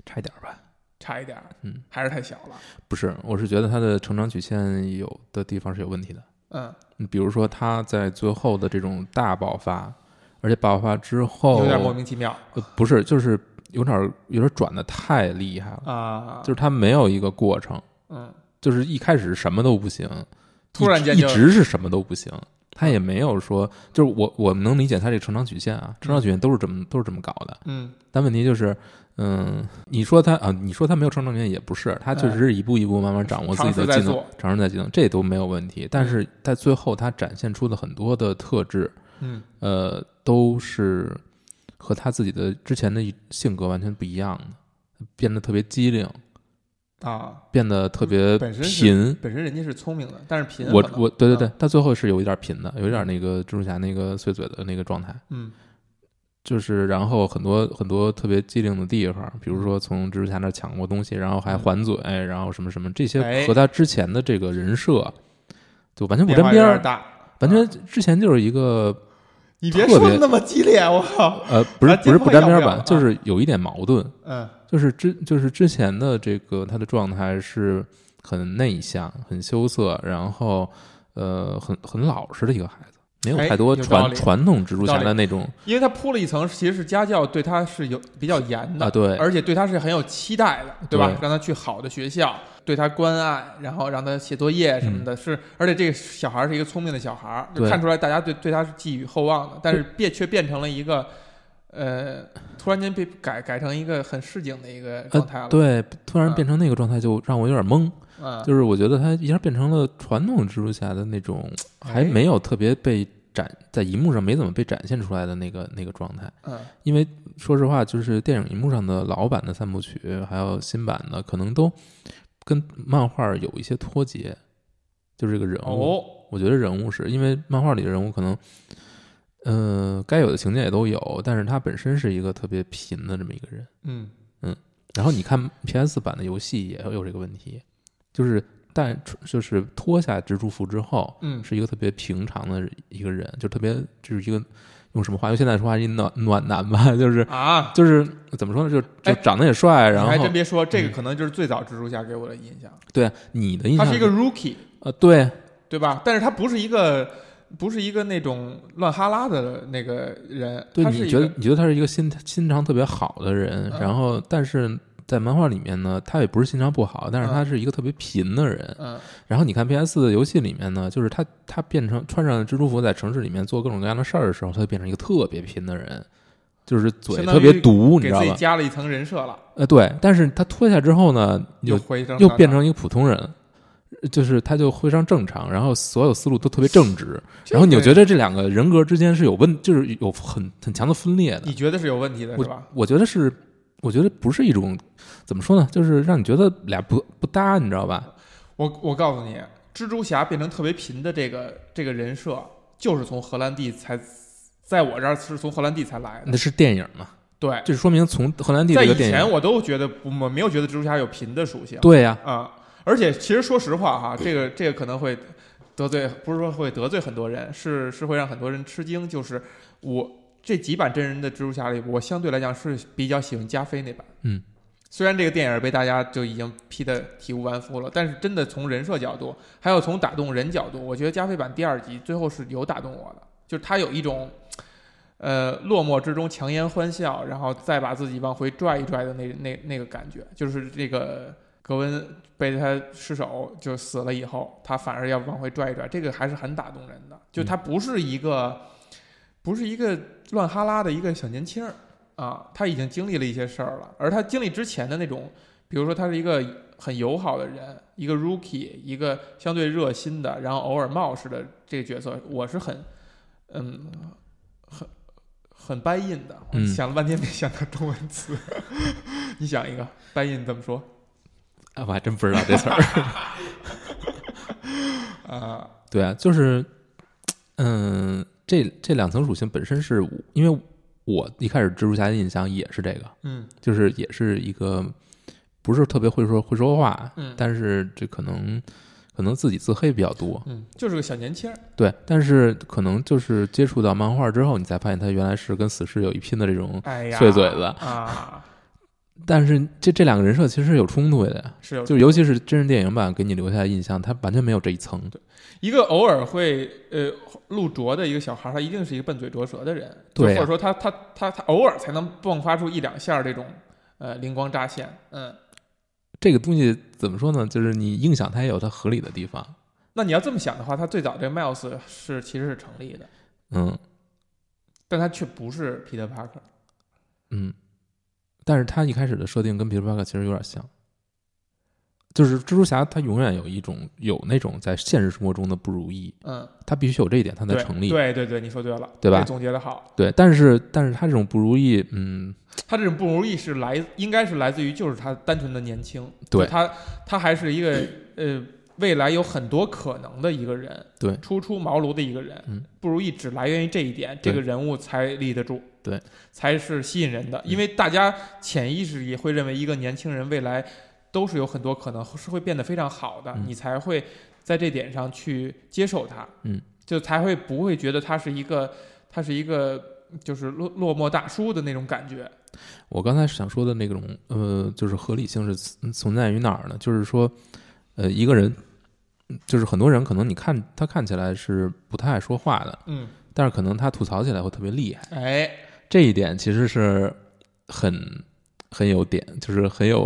Speaker 2: 差一点儿吧？
Speaker 1: 差一点儿，
Speaker 2: 嗯，
Speaker 1: 还是太小了。
Speaker 2: 不是，我是觉得他的成长曲线有的地方是有问题的。
Speaker 1: 嗯，
Speaker 2: 你比如说他在最后的这种大爆发，而且爆发之后
Speaker 1: 有点莫名其妙
Speaker 2: 呃不是，就是有点儿有点儿转的太厉害了，
Speaker 1: 啊，
Speaker 2: 就是他没有一个过程，
Speaker 1: 嗯，
Speaker 2: 就是一开始什么都不行，
Speaker 1: 突然间
Speaker 2: 一
Speaker 1: 就
Speaker 2: 直一直是什么都不行，他也没有说，就是我我们能理解他这个成长曲线啊，成长曲线都是这么都是这么搞的。
Speaker 1: 嗯
Speaker 2: 但问题就是，嗯，你说他啊，你说他没有成长曲线也不是，他确实是一步一步慢慢掌握自己的
Speaker 1: 哎尝试
Speaker 2: 技
Speaker 1: 在
Speaker 2: 能
Speaker 1: 做，
Speaker 2: 尝试在技能，这都没有问题。但是在最后，他展现出的很多的特质，
Speaker 1: 嗯
Speaker 2: 呃，都是和他自己的之前的一性格完全不一样的，变得特别机灵，
Speaker 1: 啊，
Speaker 2: 变得特别
Speaker 1: 本身是
Speaker 2: 贫。
Speaker 1: 本身人家是聪明的，但是贫
Speaker 2: 我
Speaker 1: 可能
Speaker 2: 我对对
Speaker 1: 啊
Speaker 2: 对，他最后是有一点贫的，有一点那个蜘蛛侠那个碎嘴的那个状态，
Speaker 1: 嗯
Speaker 2: 就是然后很多很多特别机灵的地方，比如说从蜘蛛侠那儿抢过东西，然后还
Speaker 1: 嗯
Speaker 2: 还嘴，然后什么什么，这
Speaker 1: 哎
Speaker 2: 些和他之前的这个人设就完全不
Speaker 1: 变
Speaker 2: 沾
Speaker 1: 化有
Speaker 2: 边
Speaker 1: 点
Speaker 2: 儿，
Speaker 1: 大，啊
Speaker 2: 完全之前就是一个
Speaker 1: 你别
Speaker 2: 特
Speaker 1: 说
Speaker 2: 别
Speaker 1: 那么激烈，我靠， [laughs]
Speaker 2: 呃不是
Speaker 1: 啊
Speaker 2: 不是不沾边
Speaker 1: 见缝也要
Speaker 2: 儿
Speaker 1: 不
Speaker 2: 吧
Speaker 1: 了，
Speaker 2: 就是有一点矛盾，
Speaker 1: 嗯
Speaker 2: 就是之就是之前的这个他的状态是很内向、很羞涩，然后呃很很老实的一个孩子，没有
Speaker 1: 哎
Speaker 2: 太多
Speaker 1: 有道
Speaker 2: 传
Speaker 1: 理
Speaker 2: 传统蜘蛛侠
Speaker 1: 有道
Speaker 2: 的那种
Speaker 1: 因为他铺了一层，其实是家教对他是有比较严的
Speaker 2: 啊，，对
Speaker 1: 而且对他是很有期待的，对吧？
Speaker 2: 对
Speaker 1: 让他去好的学校，对他关爱，然后让他写作业什么的，是而且这个小孩儿是一个聪明的小孩儿，就
Speaker 2: 嗯对
Speaker 1: 看出来大家对对他是寄予厚望的，但是变却变成了一个，呃，突然间被改改成一个很市井的一个状态了，
Speaker 2: 对，突然
Speaker 1: 嗯
Speaker 2: 变成那个状态就让我有点懵，
Speaker 1: 嗯，
Speaker 2: 呃就是我觉得他一下变成了传统蜘蛛侠的那种，
Speaker 1: 哎
Speaker 2: 还没有特别被展在荧幕上没怎么被展现出来的那个那个状态。
Speaker 1: 嗯
Speaker 2: 因为说实话，就是电影荧幕上的老版的三部曲，还有新版的，可能都跟漫画有一些脱节，就是这个人物。
Speaker 1: 哦，
Speaker 2: 我觉得人物是因为漫画里的人物可能，呃，该有的情节也都有，但是他本身是一个特别贫的这么一个人。
Speaker 1: 嗯，
Speaker 2: 然后你看 PS 版的游戏也有这个问题，就是但就是脱下蜘蛛服之后，
Speaker 1: 嗯
Speaker 2: 是一个特别平常的一个人，就特别就是一个用什么话用现在说话一暖暖男吧，就是
Speaker 1: 啊。
Speaker 2: 就是怎么说呢，就
Speaker 1: 哎
Speaker 2: 就长得也帅，
Speaker 1: 你
Speaker 2: 然
Speaker 1: 还真
Speaker 2: 后
Speaker 1: 别说，这个可能就是最早蜘蛛侠给我的印象，
Speaker 2: 对你嗯的印
Speaker 1: 他
Speaker 2: 象
Speaker 1: 是一个 rookie，
Speaker 2: 呃对
Speaker 1: 对吧？但是他不是一个，不是一个那种乱哈拉的那个人，
Speaker 2: 对，
Speaker 1: 他是
Speaker 2: 你
Speaker 1: 一
Speaker 2: 觉
Speaker 1: 个
Speaker 2: 得你觉得他是一个心心肠特别好的人，
Speaker 1: 嗯
Speaker 2: 然后但是。在漫画里面呢，他也不是心肠不好，但是
Speaker 1: 嗯
Speaker 2: 他是一个特别贫的人。
Speaker 1: 嗯
Speaker 2: 然后你看 PS 的游戏里面呢，就是他他变成穿上蜘蛛服在城市里面做各种各样的事儿的时候，他就变成一个特别贫的人，就是嘴
Speaker 1: 相当于
Speaker 2: 特别毒，你
Speaker 1: 给
Speaker 2: 知道
Speaker 1: 自己
Speaker 2: 吧？
Speaker 1: 加了一层人设了，
Speaker 2: 呃，对。但是他脱下之后呢，
Speaker 1: 又
Speaker 2: 又
Speaker 1: 回成
Speaker 2: 又变成一个普通人，就是他就非常正常，然后所有思路都特别正
Speaker 1: [laughs]
Speaker 2: 直，然后你就觉
Speaker 1: 得
Speaker 2: 得这两个人格之间是有问，就是有很很强的分裂的
Speaker 1: 你。觉得是有问题的是吧？
Speaker 2: 我觉得是，我觉得不是一种怎么说呢，就是让你觉得俩不不搭，你知道吧？
Speaker 1: 我我告诉你，蜘蛛侠变成特别贫的这个这个人设，就是从荷兰弟才，在我这儿是从荷兰弟才来的
Speaker 2: 那。是电影嘛，
Speaker 1: 对，
Speaker 2: 这说明从荷兰弟
Speaker 1: 在
Speaker 2: 这
Speaker 1: 以
Speaker 2: 个电影
Speaker 1: 前我都觉得不我没有觉得蜘蛛侠有贫的属性。
Speaker 2: 对呀、
Speaker 1: 啊、而且其实说实话哈，这个这个可能会得罪，不是说会得罪很多人，是是会让很多人吃惊。就是我这几版真人的蜘蛛侠里，我相对来讲是比较喜欢加菲那版。
Speaker 2: 嗯，
Speaker 1: 虽然这个电影被大家就已经批得体无完肤了，但是真的从人设角度，还有从打动人角度，我觉得加菲版第二集最后是有打动我的，就是他有一种。呃，落寞之中强颜欢笑，然后再把自己往回拽一拽的那那那个感觉，就是这个格温被他失手就死了以后，他反而要往回拽一拽，这个还是很打动人的。就他不是一个，不是一个乱哈拉的一个小年轻儿啊，他已经经历了一些事儿了，而他经历之前的那种，比如说他是一个很友好的人，一个 rookie，一个相对热心的，然后偶尔冒失的这个角色，我是很，嗯，很很掰印的。
Speaker 2: 嗯
Speaker 1: 想了半天没想到中文词， [laughs] 你想一个掰印怎么说？
Speaker 2: 啊， [laughs] 我还真不知道这词儿。
Speaker 1: 啊，
Speaker 2: [laughs] 对啊，就是，嗯，这这两层属性本身是因为我一开始蜘蛛侠的印象也是这个，
Speaker 1: 嗯
Speaker 2: 就是也是一个不是特别会说会说话，
Speaker 1: 嗯
Speaker 2: 但是这可能可能自己自黑比较多，
Speaker 1: 嗯，就是个小年轻儿，
Speaker 2: 对，但是可能就是接触到漫画之后，你才发现他原来是跟死侍有一拼的这种，
Speaker 1: 哎呀，
Speaker 2: 碎嘴子
Speaker 1: 啊，
Speaker 2: 但是这这两个人设其实是有冲突的呀，
Speaker 1: 是有
Speaker 2: 就是尤其是真人电影版给你留下的印象，它完全没有这一层，
Speaker 1: 一个偶尔会呃露拙的一个小孩儿，他一定是一个笨嘴拙舌的人，就
Speaker 2: 对啊
Speaker 1: 或者说他他他他偶尔才能迸发出一两下儿这种呃灵光乍现，嗯，
Speaker 2: 这个东西怎么说呢？就是你硬想它也有它合理的地方，
Speaker 1: 那你要这么想的话，它最早这个 Miles 是其实是成立的，
Speaker 2: 嗯
Speaker 1: 但它却不是 Peter Parker。
Speaker 2: 嗯，但是他一开始的设定跟皮特帕克其实有点像，就是蜘蛛侠他永远有一种有那种在现实生活中的不如意，
Speaker 1: 嗯，
Speaker 2: 他必须有这一点，他才
Speaker 1: 对
Speaker 2: 成立。
Speaker 1: 对对对，你说对了，
Speaker 2: 对吧
Speaker 1: 这总结的好，
Speaker 2: 对但是但是他这种不如意，嗯，
Speaker 1: 他这种不如意是来，应该是来自于就是他单纯的年轻，
Speaker 2: 对
Speaker 1: 就他他还是一个呃未来有很多可能的一个人，
Speaker 2: 对
Speaker 1: 初出茅庐的一个人，
Speaker 2: 嗯
Speaker 1: 不如意只来源于这一点，这
Speaker 2: 对
Speaker 1: 个人物才立得住，
Speaker 2: 对，嗯
Speaker 1: 才是吸引人的，因为大家潜意识里会认为一个年轻人未来都是有很多可能是会变得非常好的，
Speaker 2: 嗯
Speaker 1: 你才会在这点上去接受他，
Speaker 2: 嗯，
Speaker 1: 就才会不会觉得他是一个他是一个就是落落寞大叔的那种感觉。
Speaker 2: 我刚才想说的那种，呃，就是合理性是存存在于哪儿呢？就是说，呃，一个人，就是很多人可能你看他看起来是不太爱说话的，
Speaker 1: 嗯，
Speaker 2: 但是可能他吐槽起来会特别厉害。
Speaker 1: 哎，
Speaker 2: 这一点其实是很很有点，就是很有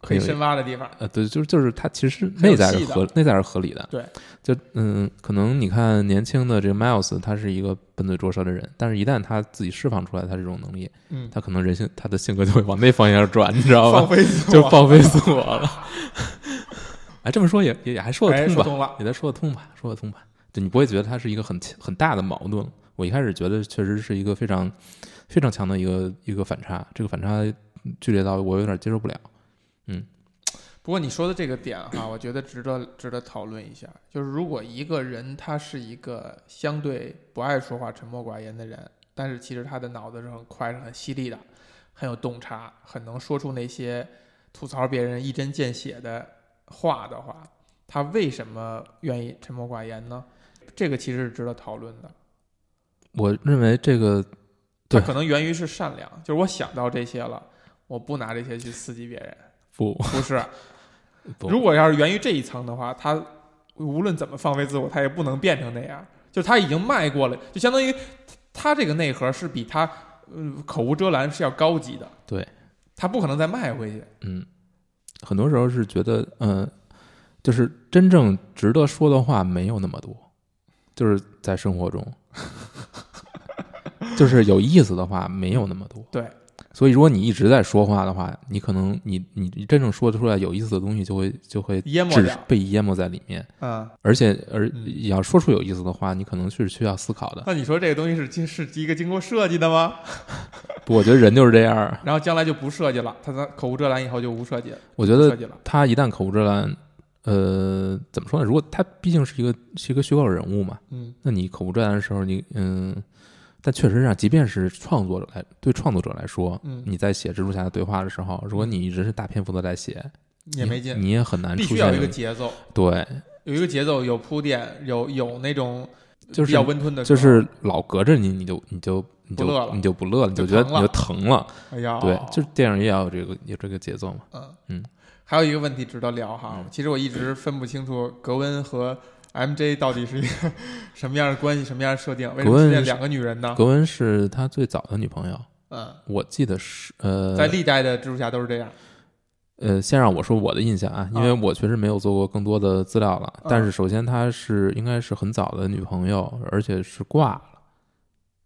Speaker 1: 可
Speaker 2: 很
Speaker 1: 以
Speaker 2: 有
Speaker 1: 深挖的地方。
Speaker 2: 呃，对，就是就是它其实
Speaker 1: 很有
Speaker 2: 内在是
Speaker 1: 戏的
Speaker 2: 合内在是合理的。
Speaker 1: 对，
Speaker 2: 就嗯，可能你看年轻的这个 Miles，他是一个笨嘴拙舌的人，但是一旦他自己释放出来他这种能力，
Speaker 1: 嗯，
Speaker 2: 他可能人性他的性格就会往那方向转，你知道
Speaker 1: 放
Speaker 2: 吗？
Speaker 1: 飞自
Speaker 2: 就
Speaker 1: 我，
Speaker 2: 放飞自我了。 [laughs] 哎，这么说也也还说得
Speaker 1: 哎，
Speaker 2: 通
Speaker 1: 说
Speaker 2: 吧？
Speaker 1: 通了。
Speaker 2: 给他说得通吧，说得通吧。就你不会觉得它是一个很很大的矛盾。我一开始觉得确实是一个非常非常强的一个一个反差，这个反差剧烈到我有点接受不了。
Speaker 1: 不过你说的这个点哈，我觉得值得值得讨论一下。就是如果一个人他是一个相对不爱说话、沉默寡言的人，但是其实他的脑子是很快、是很犀利的，很有洞察，很能说出那些吐槽别人一针见血的话的话，他为什么愿意沉默寡言呢？这个其实是值得讨论的。
Speaker 2: 我认为这个
Speaker 1: 它
Speaker 2: 对
Speaker 1: [laughs] 可能源于是善良，就是我想到这些了，我不拿这些去刺激别人。
Speaker 2: 不 [laughs]
Speaker 1: 不是，
Speaker 2: 不
Speaker 1: 如果要是源于这一层的话，他无论怎么放飞自我，他也不能变成那样。就他已经迈过了，就相当于他这个内核是比他呃口无遮拦是要高级的。
Speaker 2: 对，
Speaker 1: 他不可能再迈回去。
Speaker 2: 嗯，很多时候是觉得嗯、呃就是真正值得说的话没有那么多，就是在生活中，就是有意思的话没有那么多。
Speaker 1: 对，
Speaker 2: 所以如果你一直在说话的话，你可能你你你真正说出来有意思的东西就会就会
Speaker 1: 淹没
Speaker 2: 只是
Speaker 1: 掉。
Speaker 2: 被淹没在里面，
Speaker 1: 嗯，
Speaker 2: 而且而
Speaker 1: 嗯
Speaker 2: 也要说出有意思的话，你可能是需要思考的。
Speaker 1: 那你说这个东西是经是一个经过设计的吗？
Speaker 2: 不，我觉得人就是这样儿。
Speaker 1: 然后将来就不设计了，他他口无遮拦以后就无设计了，
Speaker 2: 我觉
Speaker 1: 不
Speaker 2: 得
Speaker 1: 设计了。
Speaker 2: 他一旦口无遮拦，呃，怎么说呢？如果他毕竟是一个是一个虚构人物嘛，
Speaker 1: 嗯，
Speaker 2: 那你口无遮拦的时候，你嗯，但确实上，即便是创作者来对创作者来说，
Speaker 1: 嗯
Speaker 2: 你在写蜘蛛侠的对话的时候，如果你一直是大篇幅的在写，
Speaker 1: 也没劲，
Speaker 2: 你也很难
Speaker 1: 必
Speaker 2: 出
Speaker 1: 须要
Speaker 2: 现
Speaker 1: 有一个
Speaker 2: 有
Speaker 1: 节奏，
Speaker 2: 对，
Speaker 1: 有一个节奏，有铺垫，有有那种
Speaker 2: 就是
Speaker 1: 比较温吞的时
Speaker 2: 就
Speaker 1: 候，
Speaker 2: 是老隔着你，你就你就你就
Speaker 1: 不乐了
Speaker 2: 你就不乐了，你
Speaker 1: 就
Speaker 2: 就觉得
Speaker 1: 疼
Speaker 2: 你
Speaker 1: 了
Speaker 2: 就疼了。
Speaker 1: 哎呀，
Speaker 2: 对，就是电影也要有这个有这个节奏嘛。
Speaker 1: 嗯
Speaker 2: 嗯，
Speaker 1: 还有一个问题值得聊哈，
Speaker 2: 嗯
Speaker 1: 其实我一直分不清楚格温和 MJ 到底是一
Speaker 2: [laughs]
Speaker 1: 个什么样的关系，什么样的设定，为什么
Speaker 2: 格温
Speaker 1: 出现
Speaker 2: 是
Speaker 1: 两个女人呢？
Speaker 2: 格温是他最早的女朋友，
Speaker 1: 嗯，
Speaker 2: 我记得是呃
Speaker 1: 在历代的蜘蛛侠都是这样，
Speaker 2: 呃，先让我说我的印象啊，因为我确实没有做过更多的资料了。
Speaker 1: 嗯
Speaker 2: 但是首先，她是应该是很早的女朋友，而且是挂了，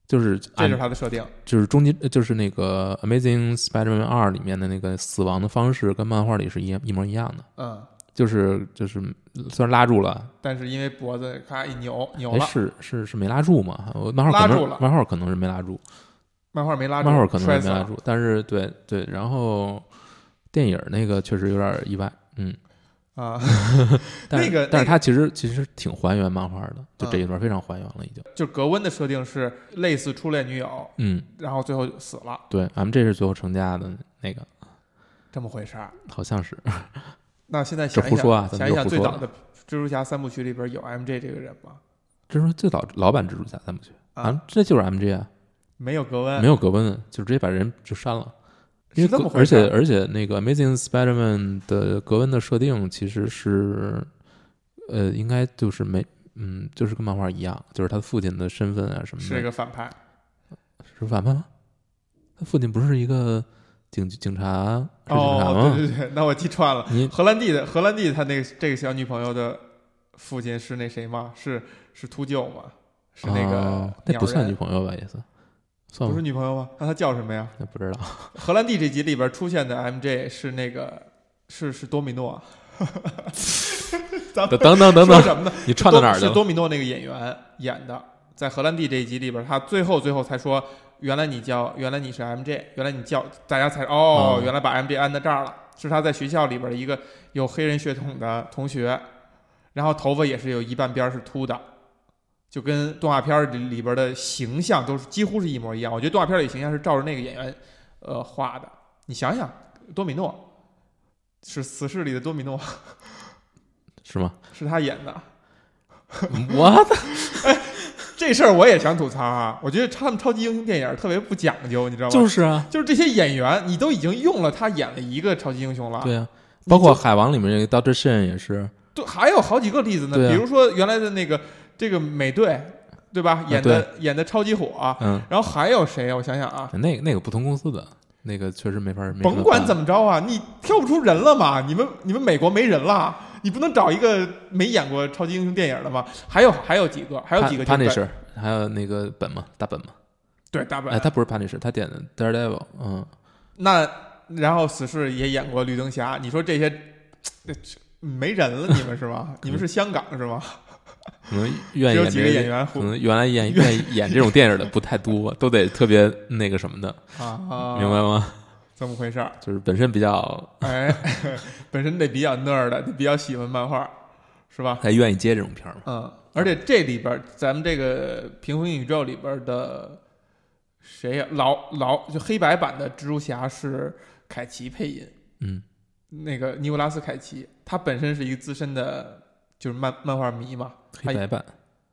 Speaker 2: 就是
Speaker 1: 这就是
Speaker 2: 按
Speaker 1: 他的设定。
Speaker 2: 就是终极就是那个《Amazing Spider-Man 二》里面的那个死亡的方式，跟漫画里是一一模一样的，
Speaker 1: 嗯，
Speaker 2: 就是就是虽然拉住了，
Speaker 1: 但是因为脖子咔一扭扭
Speaker 2: 哎
Speaker 1: 了，
Speaker 2: 是是是没拉住嘛？我漫画可
Speaker 1: 拉住
Speaker 2: 能
Speaker 1: 了
Speaker 2: 漫画可能是没拉住，
Speaker 1: 漫画没拉住，
Speaker 2: 漫画可能
Speaker 1: 摔
Speaker 2: 是
Speaker 1: 死
Speaker 2: 没拉
Speaker 1: 了。
Speaker 2: 住，但是对对，然后电影那个确实有点意外，嗯。
Speaker 1: 啊， [laughs]
Speaker 2: 但是
Speaker 1: 那个
Speaker 2: 但是
Speaker 1: 那个
Speaker 2: 它其实其实挺还原漫画的，就这
Speaker 1: 嗯
Speaker 2: 一段非常还原了，已经。
Speaker 1: 就格温的设定是类似初恋女友，
Speaker 2: 嗯，
Speaker 1: 然后最后死了，
Speaker 2: 对，咱们这是最后成家的那个，
Speaker 1: 这么回事儿。
Speaker 2: 好像是。 [laughs]
Speaker 1: 那现在想一
Speaker 2: 这胡
Speaker 1: 想，
Speaker 2: 说啊咱
Speaker 1: 想
Speaker 2: 们
Speaker 1: 一想
Speaker 2: 这胡
Speaker 1: 最
Speaker 2: 说
Speaker 1: 早的蜘蛛侠三部曲里边有 MJ 这个人吗？
Speaker 2: 这是最早老版蜘蛛侠三部曲
Speaker 1: 啊，
Speaker 2: 啊，这就是 MJ 啊，
Speaker 1: 没有格温，
Speaker 2: 没有格温，就直接把人就删了。因
Speaker 1: 是
Speaker 2: 为
Speaker 1: 这
Speaker 2: 格
Speaker 1: 么回
Speaker 2: 而
Speaker 1: 事
Speaker 2: 且
Speaker 1: 儿。
Speaker 2: 而且那个 Amazing Spider-Man 的格温的设定其实是，呃，应该就是没，嗯，就是跟漫画一样，就是他父亲的身份啊什么的，
Speaker 1: 是一个反派，
Speaker 2: 是反叛吗？他父亲不是一个警警察，嗯是警察吗？
Speaker 1: 哦哦，对对对，那我记串了。
Speaker 2: 你
Speaker 1: 荷兰弟的荷兰弟，他那个这个小女朋友的父亲是那谁吗？是是秃鹫吗？是那个、
Speaker 2: 哦那不算女，朋友吧？也算，算
Speaker 1: 不是
Speaker 2: 吗？
Speaker 1: 女朋友吗？那他叫什么呀？
Speaker 2: 那不知
Speaker 1: [laughs]
Speaker 2: 道。
Speaker 1: 荷兰弟这集里边出现的 MJ 是那个是是多米诺啊，咱们
Speaker 2: 等等等
Speaker 1: 说
Speaker 2: 等，
Speaker 1: 什么呢？
Speaker 2: 你串到哪儿去
Speaker 1: 是
Speaker 2: 了？
Speaker 1: 多米诺那个演员演的，在荷兰弟这一集里边，他最后最后才说，原来你叫，原来你是 MJ，原来你叫，大家才哦，
Speaker 2: 哦
Speaker 1: 原来把 MJ 安在这儿了，是他在学校里边一个有黑人血统的同学，然后头发也是有一半边儿是秃的。就跟动画片儿里里边的形象都是几乎是一模一样，我觉得动画片里形象是照着那个演员，呃画的。你想想，多米诺是死侍里的多米诺，
Speaker 2: 是吗？
Speaker 1: 是他演的。
Speaker 2: 我的
Speaker 1: 这事儿我也想吐槽啊！我觉得他们超级英雄电影特别不讲究，你知道吗？
Speaker 2: 就是是啊，
Speaker 1: 就是这些演员，你都已经用了他演了一个超级英雄了，
Speaker 2: 对啊，
Speaker 1: 你
Speaker 2: 包括
Speaker 1: 就
Speaker 2: 海王里面那个 Doctor Shin 也是，
Speaker 1: 对，还有好几个例子呢。
Speaker 2: 对啊
Speaker 1: 比如说原来的那个这个美队，对吧？演的、演的超级火、啊
Speaker 2: 嗯，
Speaker 1: 然后还有谁啊？我想想啊，
Speaker 2: 那个那个不同公司的，那个确实没法儿，
Speaker 1: 甭管怎
Speaker 2: 么
Speaker 1: 么着啊，你挑不出人了嘛？你们你们美国没人了，你不能找一个没演过超级英雄电影的吗？还有还有几个，还有几个
Speaker 2: 他
Speaker 1: 就
Speaker 2: 那
Speaker 1: 是
Speaker 2: 是，还有那个本嘛，大本嘛，
Speaker 1: 对大本、
Speaker 2: 哎，他不是帕尼什，他点的 Daredevil，嗯，
Speaker 1: 那然后死侍也演过绿灯侠，你说这些这这没人了，你们是
Speaker 2: [laughs]
Speaker 1: 吗？你们是香港是吗？
Speaker 2: 可能
Speaker 1: 只
Speaker 2: 愿意
Speaker 1: 有
Speaker 2: 演
Speaker 1: 几
Speaker 2: 这
Speaker 1: 个
Speaker 2: 些
Speaker 1: 演员
Speaker 2: 可
Speaker 1: 互
Speaker 2: 能原来演愿意演这种电影的不太多，都得特别那个什么的，
Speaker 1: 啊，
Speaker 2: 嗯明白吗？
Speaker 1: 怎么回事儿？
Speaker 2: 就是本身比较
Speaker 1: 哎， [laughs] 本身得比较 nerd 的，得比较喜欢漫画，是吧？
Speaker 2: 还愿意接这种片儿嘛。
Speaker 1: 嗯，而且这里边儿咱们这个平行宇宙里边儿的谁呀、老老就黑白版的蜘蛛侠是凯奇配音，
Speaker 2: 嗯，
Speaker 1: 那个尼古拉斯凯奇，他本身是一个资深的，就是漫漫画迷嘛。
Speaker 2: 黑白版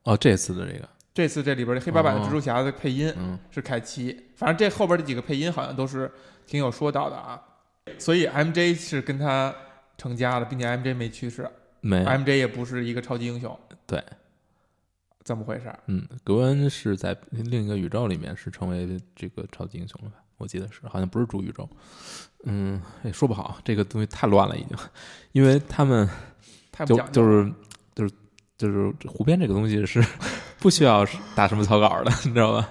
Speaker 2: 哦，这次的这个，
Speaker 1: 这次这里边儿的黑白版的蜘蛛侠的配音，
Speaker 2: 哦嗯，
Speaker 1: 是凯奇，反正这后边这几个配音好像都是挺有说道的啊。所以 MJ 是跟他成家了，并且 MJ 没去世
Speaker 2: 没，
Speaker 1: ，MJ 也不是一个超级英雄。
Speaker 2: 哎对，
Speaker 1: 怎么回事儿？
Speaker 2: 嗯，格温是在另一个宇宙里面是成为这个超级英雄了吧？我记得是，好像不是主宇宙。嗯，也说不好，这个东西太乱了已经，因为他们
Speaker 1: 太不
Speaker 2: 就
Speaker 1: 讲究
Speaker 2: 就
Speaker 1: 了。
Speaker 2: 是就是就是胡编这个东西是不需要打什么草稿的，你知道吧？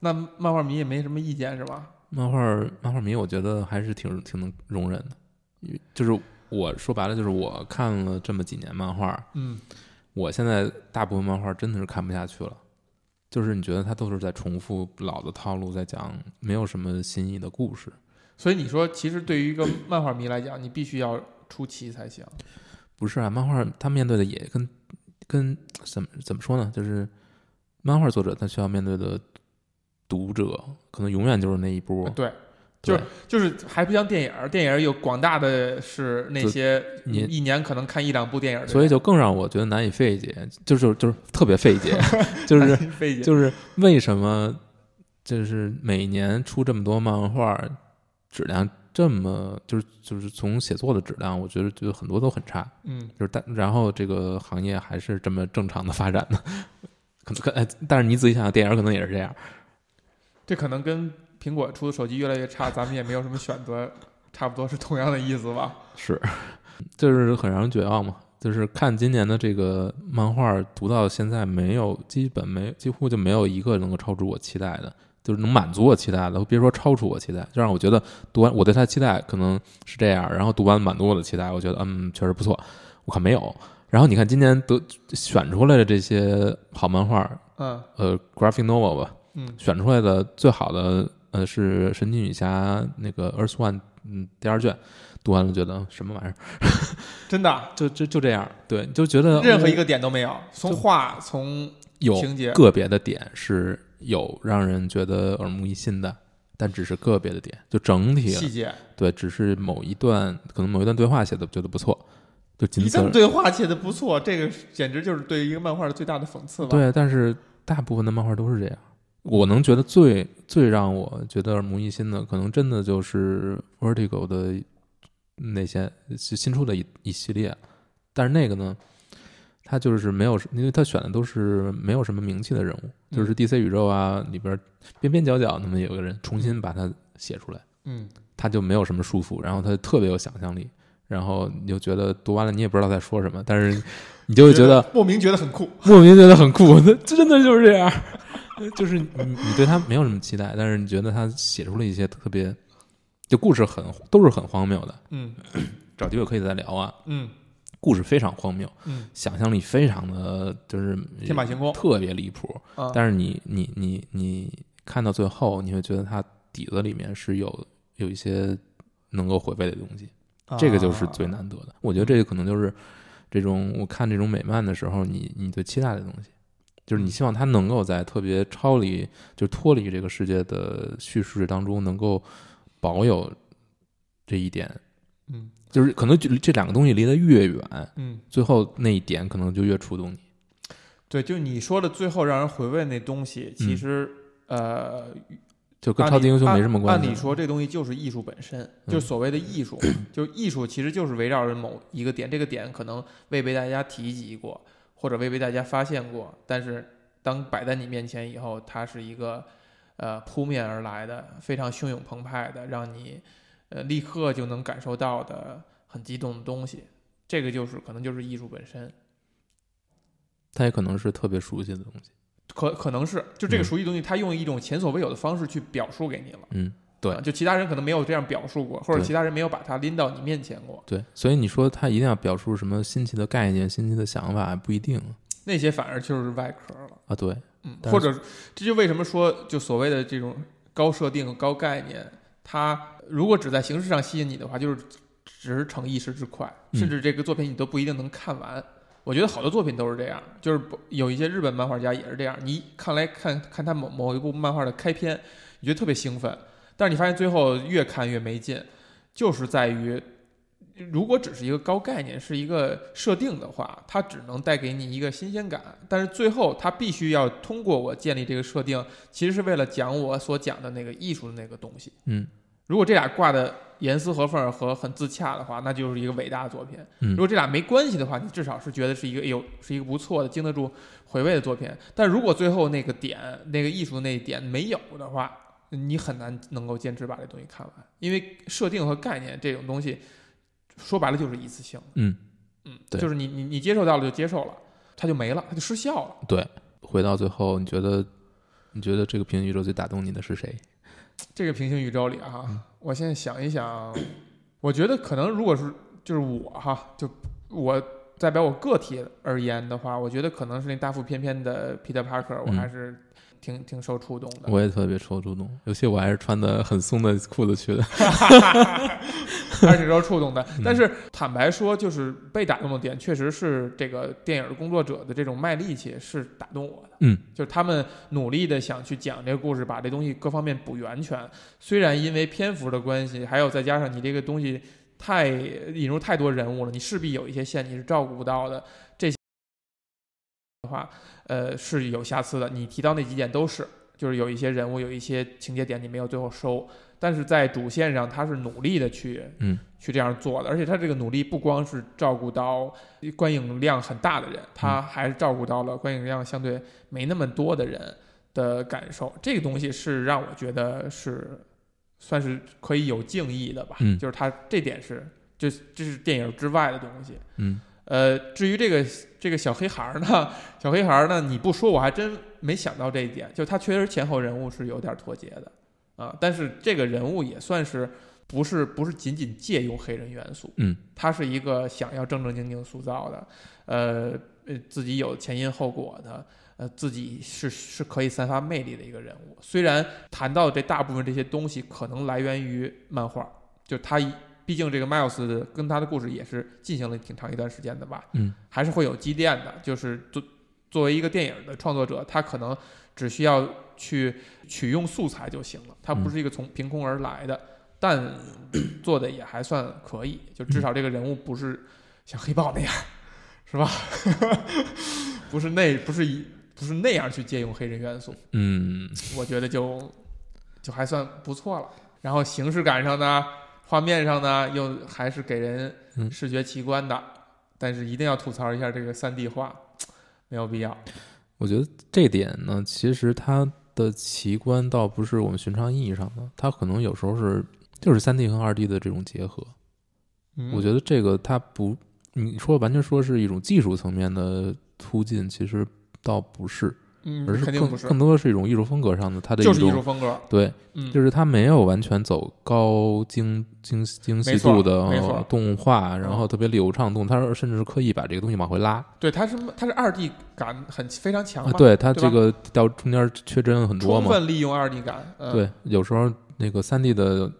Speaker 1: 那漫画迷也没什么意见是吧？
Speaker 2: 漫画漫画迷，我觉得还是挺挺能容忍的，因为就是我说白了，就是我看了这么几年漫画，
Speaker 1: 嗯，
Speaker 2: 我现在大部分漫画真的是看不下去了，就是你觉得它都是在重复老的套路，在讲没有什么新意的故事。
Speaker 1: 所以你说，其实对于一个漫画迷来讲，你必须要出奇才行。
Speaker 2: 不是啊，漫画他面对的也跟跟怎么怎么说呢？就是漫画作者他需要面对的读者，可能永远就是那一波。
Speaker 1: 哎对，
Speaker 2: 对
Speaker 1: 是就是还不像电影儿，电影儿有广大的是那
Speaker 2: 就
Speaker 1: 些
Speaker 2: 你
Speaker 1: 一年可能看一两部电影儿的人，
Speaker 2: 所以就更让我觉得难以费解，就是就是特别费解， [laughs] 就是
Speaker 1: [laughs] 费解。
Speaker 2: 就是为什么就是每年出这么多漫画，质量这么就是就是从写作的质量，我觉得就很多都很差，
Speaker 1: 嗯，
Speaker 2: 就是但然后这个行业还是这么正常的发展呢。可能可哎，但是你仔细想想，电影可能也是这样。
Speaker 1: 这可能跟苹果出的手机越来越差，咱们也没有什么选择，差不多是同样的意思吧？
Speaker 2: 是， [laughs] 就是很让人绝望嘛。就是看今年的这个漫画，读到现在没有，基本没，几乎就没有一个能够超出我期待的，就是能满足我期待的，别说超出我期待，就让我觉得读完我对它期待可能是这样，然后读完满足我的期待，我觉得嗯确实不错。我看没有，然后你看今年得选出来的这些好漫画，
Speaker 1: 嗯
Speaker 2: 呃，graphic novel 吧，
Speaker 1: 嗯
Speaker 2: 选出来的最好的呃是《神奇女侠》那个 Earth One 嗯第二卷，读完了觉得嗯什么玩意儿。
Speaker 1: 真的啊，
Speaker 2: 就就就这样，对，就觉得
Speaker 1: 任何一
Speaker 2: 个
Speaker 1: 个点都没有，从画从
Speaker 2: 有
Speaker 1: 情节，
Speaker 2: 个别的点是有让人觉得耳目一新的，但只是个别的点，就整体
Speaker 1: 细节，
Speaker 2: 对，只是某一段可能某一段对话写的觉得不错，就仅
Speaker 1: 一
Speaker 2: 此而
Speaker 1: 段对话写的不错，这个简直就是对一个漫画的最大的讽刺吧？，
Speaker 2: 对，但是大部分的漫画都是这样。我能觉得最最让我觉得耳目一新的，可能真的就是 Vertigo 的那些新新出的一一系列，但是那个呢，他就是没有，因为他选的都是没有什么名气的人物，就是
Speaker 1: 嗯
Speaker 2: DC 宇宙啊里边边边角角那么有个人重新把它写出来，
Speaker 1: 嗯，
Speaker 2: 他就没有什么束缚，然后他特别有想象力，然后你就觉得读完了你也不知道在说什么，但是你就会觉得
Speaker 1: 莫名觉得很酷，
Speaker 2: 莫名觉得很 [laughs] 酷，那真的就是这样，就是你你对他没有什么期待，但是你觉得他写出了一些特别，就故事很都是很荒谬的，
Speaker 1: 嗯
Speaker 2: 找机会可以再聊啊，
Speaker 1: 嗯
Speaker 2: 故事非常荒谬，
Speaker 1: 嗯，
Speaker 2: 想象力非常的就是
Speaker 1: 天马行空
Speaker 2: 特别离谱，
Speaker 1: 啊，
Speaker 2: 但是你你你你看到最后，你会觉得它底子里面是有有一些能够回味的东西，
Speaker 1: 啊
Speaker 2: 这个就是最难得的。我觉得这个可能就是这种我看这种美漫的时候，你你最期待的东西，就是
Speaker 1: 嗯
Speaker 2: 你希望它能够在特别超离就脱离这个世界的叙事当中，能够保有这一点。
Speaker 1: 嗯
Speaker 2: 就是可能就这两个东西离得越远，
Speaker 1: 嗯，
Speaker 2: 最后那一点可能就越触动你。
Speaker 1: 对，就你说的最后让人回味那东西，
Speaker 2: 嗯
Speaker 1: 其实、呃，
Speaker 2: 就跟
Speaker 1: 按
Speaker 2: 超级
Speaker 1: 理
Speaker 2: 英雄没
Speaker 1: 按
Speaker 2: 什么关系。
Speaker 1: 按理说，这东西就是艺术本身，
Speaker 2: 嗯
Speaker 1: 就所谓的艺
Speaker 2: [clears throat]
Speaker 1: 术，就艺术其实就是围绕着某一个点，这个点可能未被大家提及过，或者未被大家发现过，但是当摆在你面前以后，它是一个呃扑面而来的，非常汹涌澎湃的，让你呃立刻就能感受到的很激动的东西。这个就是可能就是艺术本身，
Speaker 2: 它也可能是特别熟悉的东西。
Speaker 1: 可可能是就这个
Speaker 2: 嗯
Speaker 1: 熟悉的东西，它用一种前所未有的方式去表述给你了。
Speaker 2: 嗯，对
Speaker 1: 啊就其他人可能没有这样表述过，或者
Speaker 2: 对
Speaker 1: 其他人没有把它拎到你面前过，
Speaker 2: 对，所以你说它一定要表述什么新奇的概念、新奇的想法，不一定
Speaker 1: 那些反而就是外壳了。
Speaker 2: 啊。对，
Speaker 1: 嗯，
Speaker 2: 但
Speaker 1: 或
Speaker 2: 是
Speaker 1: 者这就为什么说就所谓的这种高设定、高概念，它如果只在形式上吸引你的话，就是只是逞一时之快，
Speaker 2: 嗯
Speaker 1: 甚至这个作品你都不一定能看完。我觉得好多作品都是这样，就是不有一些日本漫画家也是这样。你看来看看他某某一部漫画的开篇，你觉得特别兴奋，但是你发现最后越看越没劲，就是在于，如果只是一个高概念，是一个设定的话，它只能带给你一个新鲜感，但是最后它必须要通过我建立这个设定，其实是为了讲我所讲的那个艺术的那个东西。
Speaker 2: 嗯
Speaker 1: 如果这俩挂的严丝合缝和很自洽的话，那就是一个伟大的作品。
Speaker 2: 嗯
Speaker 1: 如果这俩没关系的话，你至少是觉得是一个有是一个不错的、经得住回味的作品。但如果最后那个点、那个艺术那一点没有的话，你很难能够坚持把这东西看完，因为设定和概念这种东西，说白了就是一次性的。
Speaker 2: 嗯，
Speaker 1: 嗯，
Speaker 2: 对
Speaker 1: 就是你你你接受到了就接受了，它就没了，它就失效了。
Speaker 2: 对。回到最后，你觉得你觉得这个平行宇宙最打动你的是谁？
Speaker 1: 这个平行宇宙里啊，我现在想一想， [coughs] 我觉得可能如果是就是我哈，就我代表我个体而言的话，我觉得可能是那大腹便便的 Peter Parker，我
Speaker 2: 嗯
Speaker 1: 还是挺、挺受触动的。
Speaker 2: 我也特别受触动，尤其我还是穿的很松的裤子去的。
Speaker 1: [laughs] 还是挺受触动的。但是坦白说，就是被打动的点，确实是这个电影工作者的这种卖力气是打动我的。
Speaker 2: 嗯，
Speaker 1: 就是他们努力的想去讲这个故事，把这东西各方面补圆全。虽然因为篇幅的关系，还有再加上你这个东西太引入太多人物了，你势必有一些线你是照顾不到的。这些的话，呃，是有瑕疵的。你提到那几点都是。就是有一些人物，有一些情节点你没有最后收，但是在主线上他是努力的去去这样做的，而且他这个努力不光是照顾到观影量很大的人，他还照顾到了观影量相对没那么多的人的感受。这个东西是让我觉得是算是可以有敬意的吧，
Speaker 2: 嗯
Speaker 1: 就是他这点是，这这是电影之外的东西。
Speaker 2: 嗯
Speaker 1: 呃，至于这个这个小黑孩儿呢， [laughs] 小黑孩儿呢，你不说我还真没想到这一点，就他确实前后人物是有点脱节的啊，但是这个人物也算是不是不是仅仅借用黑人元素，
Speaker 2: 嗯，
Speaker 1: 他是一个想要正正经经塑造的，呃呃，自己有前因后果的。呃，自己是是可以散发魅力的一个人物。虽然谈到这大部分这些东西可能来源于漫画，就他一毕竟这个 Miles 的跟他的故事也是进行了挺长一段时间的吧，
Speaker 2: 嗯，
Speaker 1: 还是会有积淀的。就是作作为一个电影的创作者，他可能只需要去取用素材就行了，他不
Speaker 2: 嗯
Speaker 1: 是一个从凭空而来的，但 [clears throat] 做的也还算可以，就至少这个人物不是像黑豹那样，是吧？ [laughs] 不是那不是一不是那样去借用黑人元素，
Speaker 2: 嗯，
Speaker 1: 我觉得就就还算不错了。然后形式感上呢，画面上呢，又还是给人
Speaker 2: 嗯
Speaker 1: 视觉奇观的。但是一定要吐槽一下这个三 D 画，没有必要。
Speaker 2: 我觉得这点呢，其实它的奇观倒不是我们寻常意义上的，它可能有时候是就是三 D 和二 D 的这种结合。
Speaker 1: 嗯
Speaker 2: 我觉得这个它不，你说完全说是一种技术层面的突进，其实倒不是，
Speaker 1: 嗯
Speaker 2: 而是
Speaker 1: 肯
Speaker 2: 更
Speaker 1: 定不是，
Speaker 2: 更多的是一种艺术风格上的它的
Speaker 1: 就是艺
Speaker 2: 种
Speaker 1: 术风格，
Speaker 2: 对，
Speaker 1: 嗯，
Speaker 2: 就是它没有完全走高精精精细
Speaker 1: 没错
Speaker 2: 度的呃
Speaker 1: 没错
Speaker 2: 动画，然后特别流畅动，它甚至是刻意把这个东西往回拉
Speaker 1: 对，它是它是二 D 感很非常强
Speaker 2: 啊
Speaker 1: 嘛，，
Speaker 2: 对它
Speaker 1: 嗯对
Speaker 2: 这
Speaker 1: 吧
Speaker 2: 个到中间缺帧很多
Speaker 1: 充
Speaker 2: 嘛，
Speaker 1: 分利用二 D 感，嗯、，
Speaker 2: 对，有时候那个三 D 的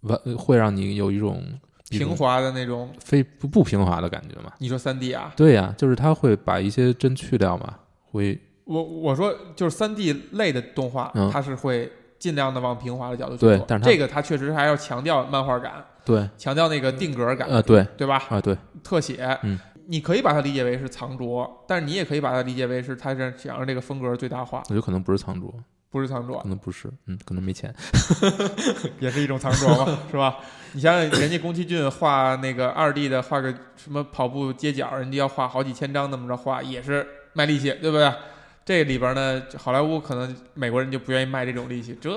Speaker 2: 完会让你有一种一种
Speaker 1: 平滑的那种，
Speaker 2: 非不不平滑的感觉嘛，
Speaker 1: 你说三 D 啊，
Speaker 2: 对呀、就是它会把一些帧去掉嘛，会
Speaker 1: 我我说就是三 D 类的动画，
Speaker 2: 嗯
Speaker 1: 它是会尽量的往平滑的角度去
Speaker 2: 对
Speaker 1: 做
Speaker 2: 但是它
Speaker 1: 这个它确实还要强调漫画感，
Speaker 2: 对，
Speaker 1: 强调那个定格感，
Speaker 2: 呃，对
Speaker 1: 对吧？
Speaker 2: 啊，对，
Speaker 1: 特写，
Speaker 2: 嗯
Speaker 1: 你可以把它理解为是藏拙，但是你也可以把它理解为是它是想让这个风格最大化，
Speaker 2: 我觉得可能不是藏拙，
Speaker 1: 不是藏拙
Speaker 2: 可，能不是，嗯，可能没钱，
Speaker 1: [laughs] 也是一种藏拙
Speaker 2: [laughs]
Speaker 1: 嘛，是吧？你想想，人家宫崎骏画那个二 D 的，画个什么跑步街角，人家要画好几千张那么着画，也是卖力气，对不对？这里边呢，好莱坞可能美国人就不愿意卖这种力气，这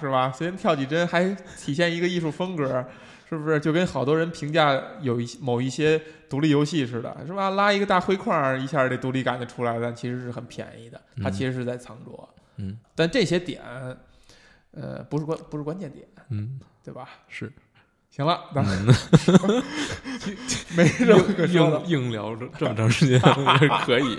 Speaker 1: 是吧？随便跳几帧还体现一个艺术风格，是不是？就跟好多人评价有一些某一些独立游戏似的，是吧？拉一个大灰框，一下这独立感就出来了，但其实是很便宜的，它
Speaker 2: 嗯
Speaker 1: 其实是在藏拙。
Speaker 2: 嗯，
Speaker 1: 但这些点，呃，不是关不是关键点，
Speaker 2: 嗯，
Speaker 1: 对吧？
Speaker 2: 是，
Speaker 1: 行了，咱们
Speaker 2: 嗯。
Speaker 1: 没什么可说的
Speaker 2: 硬。硬聊这这么长时间 [laughs] 可以，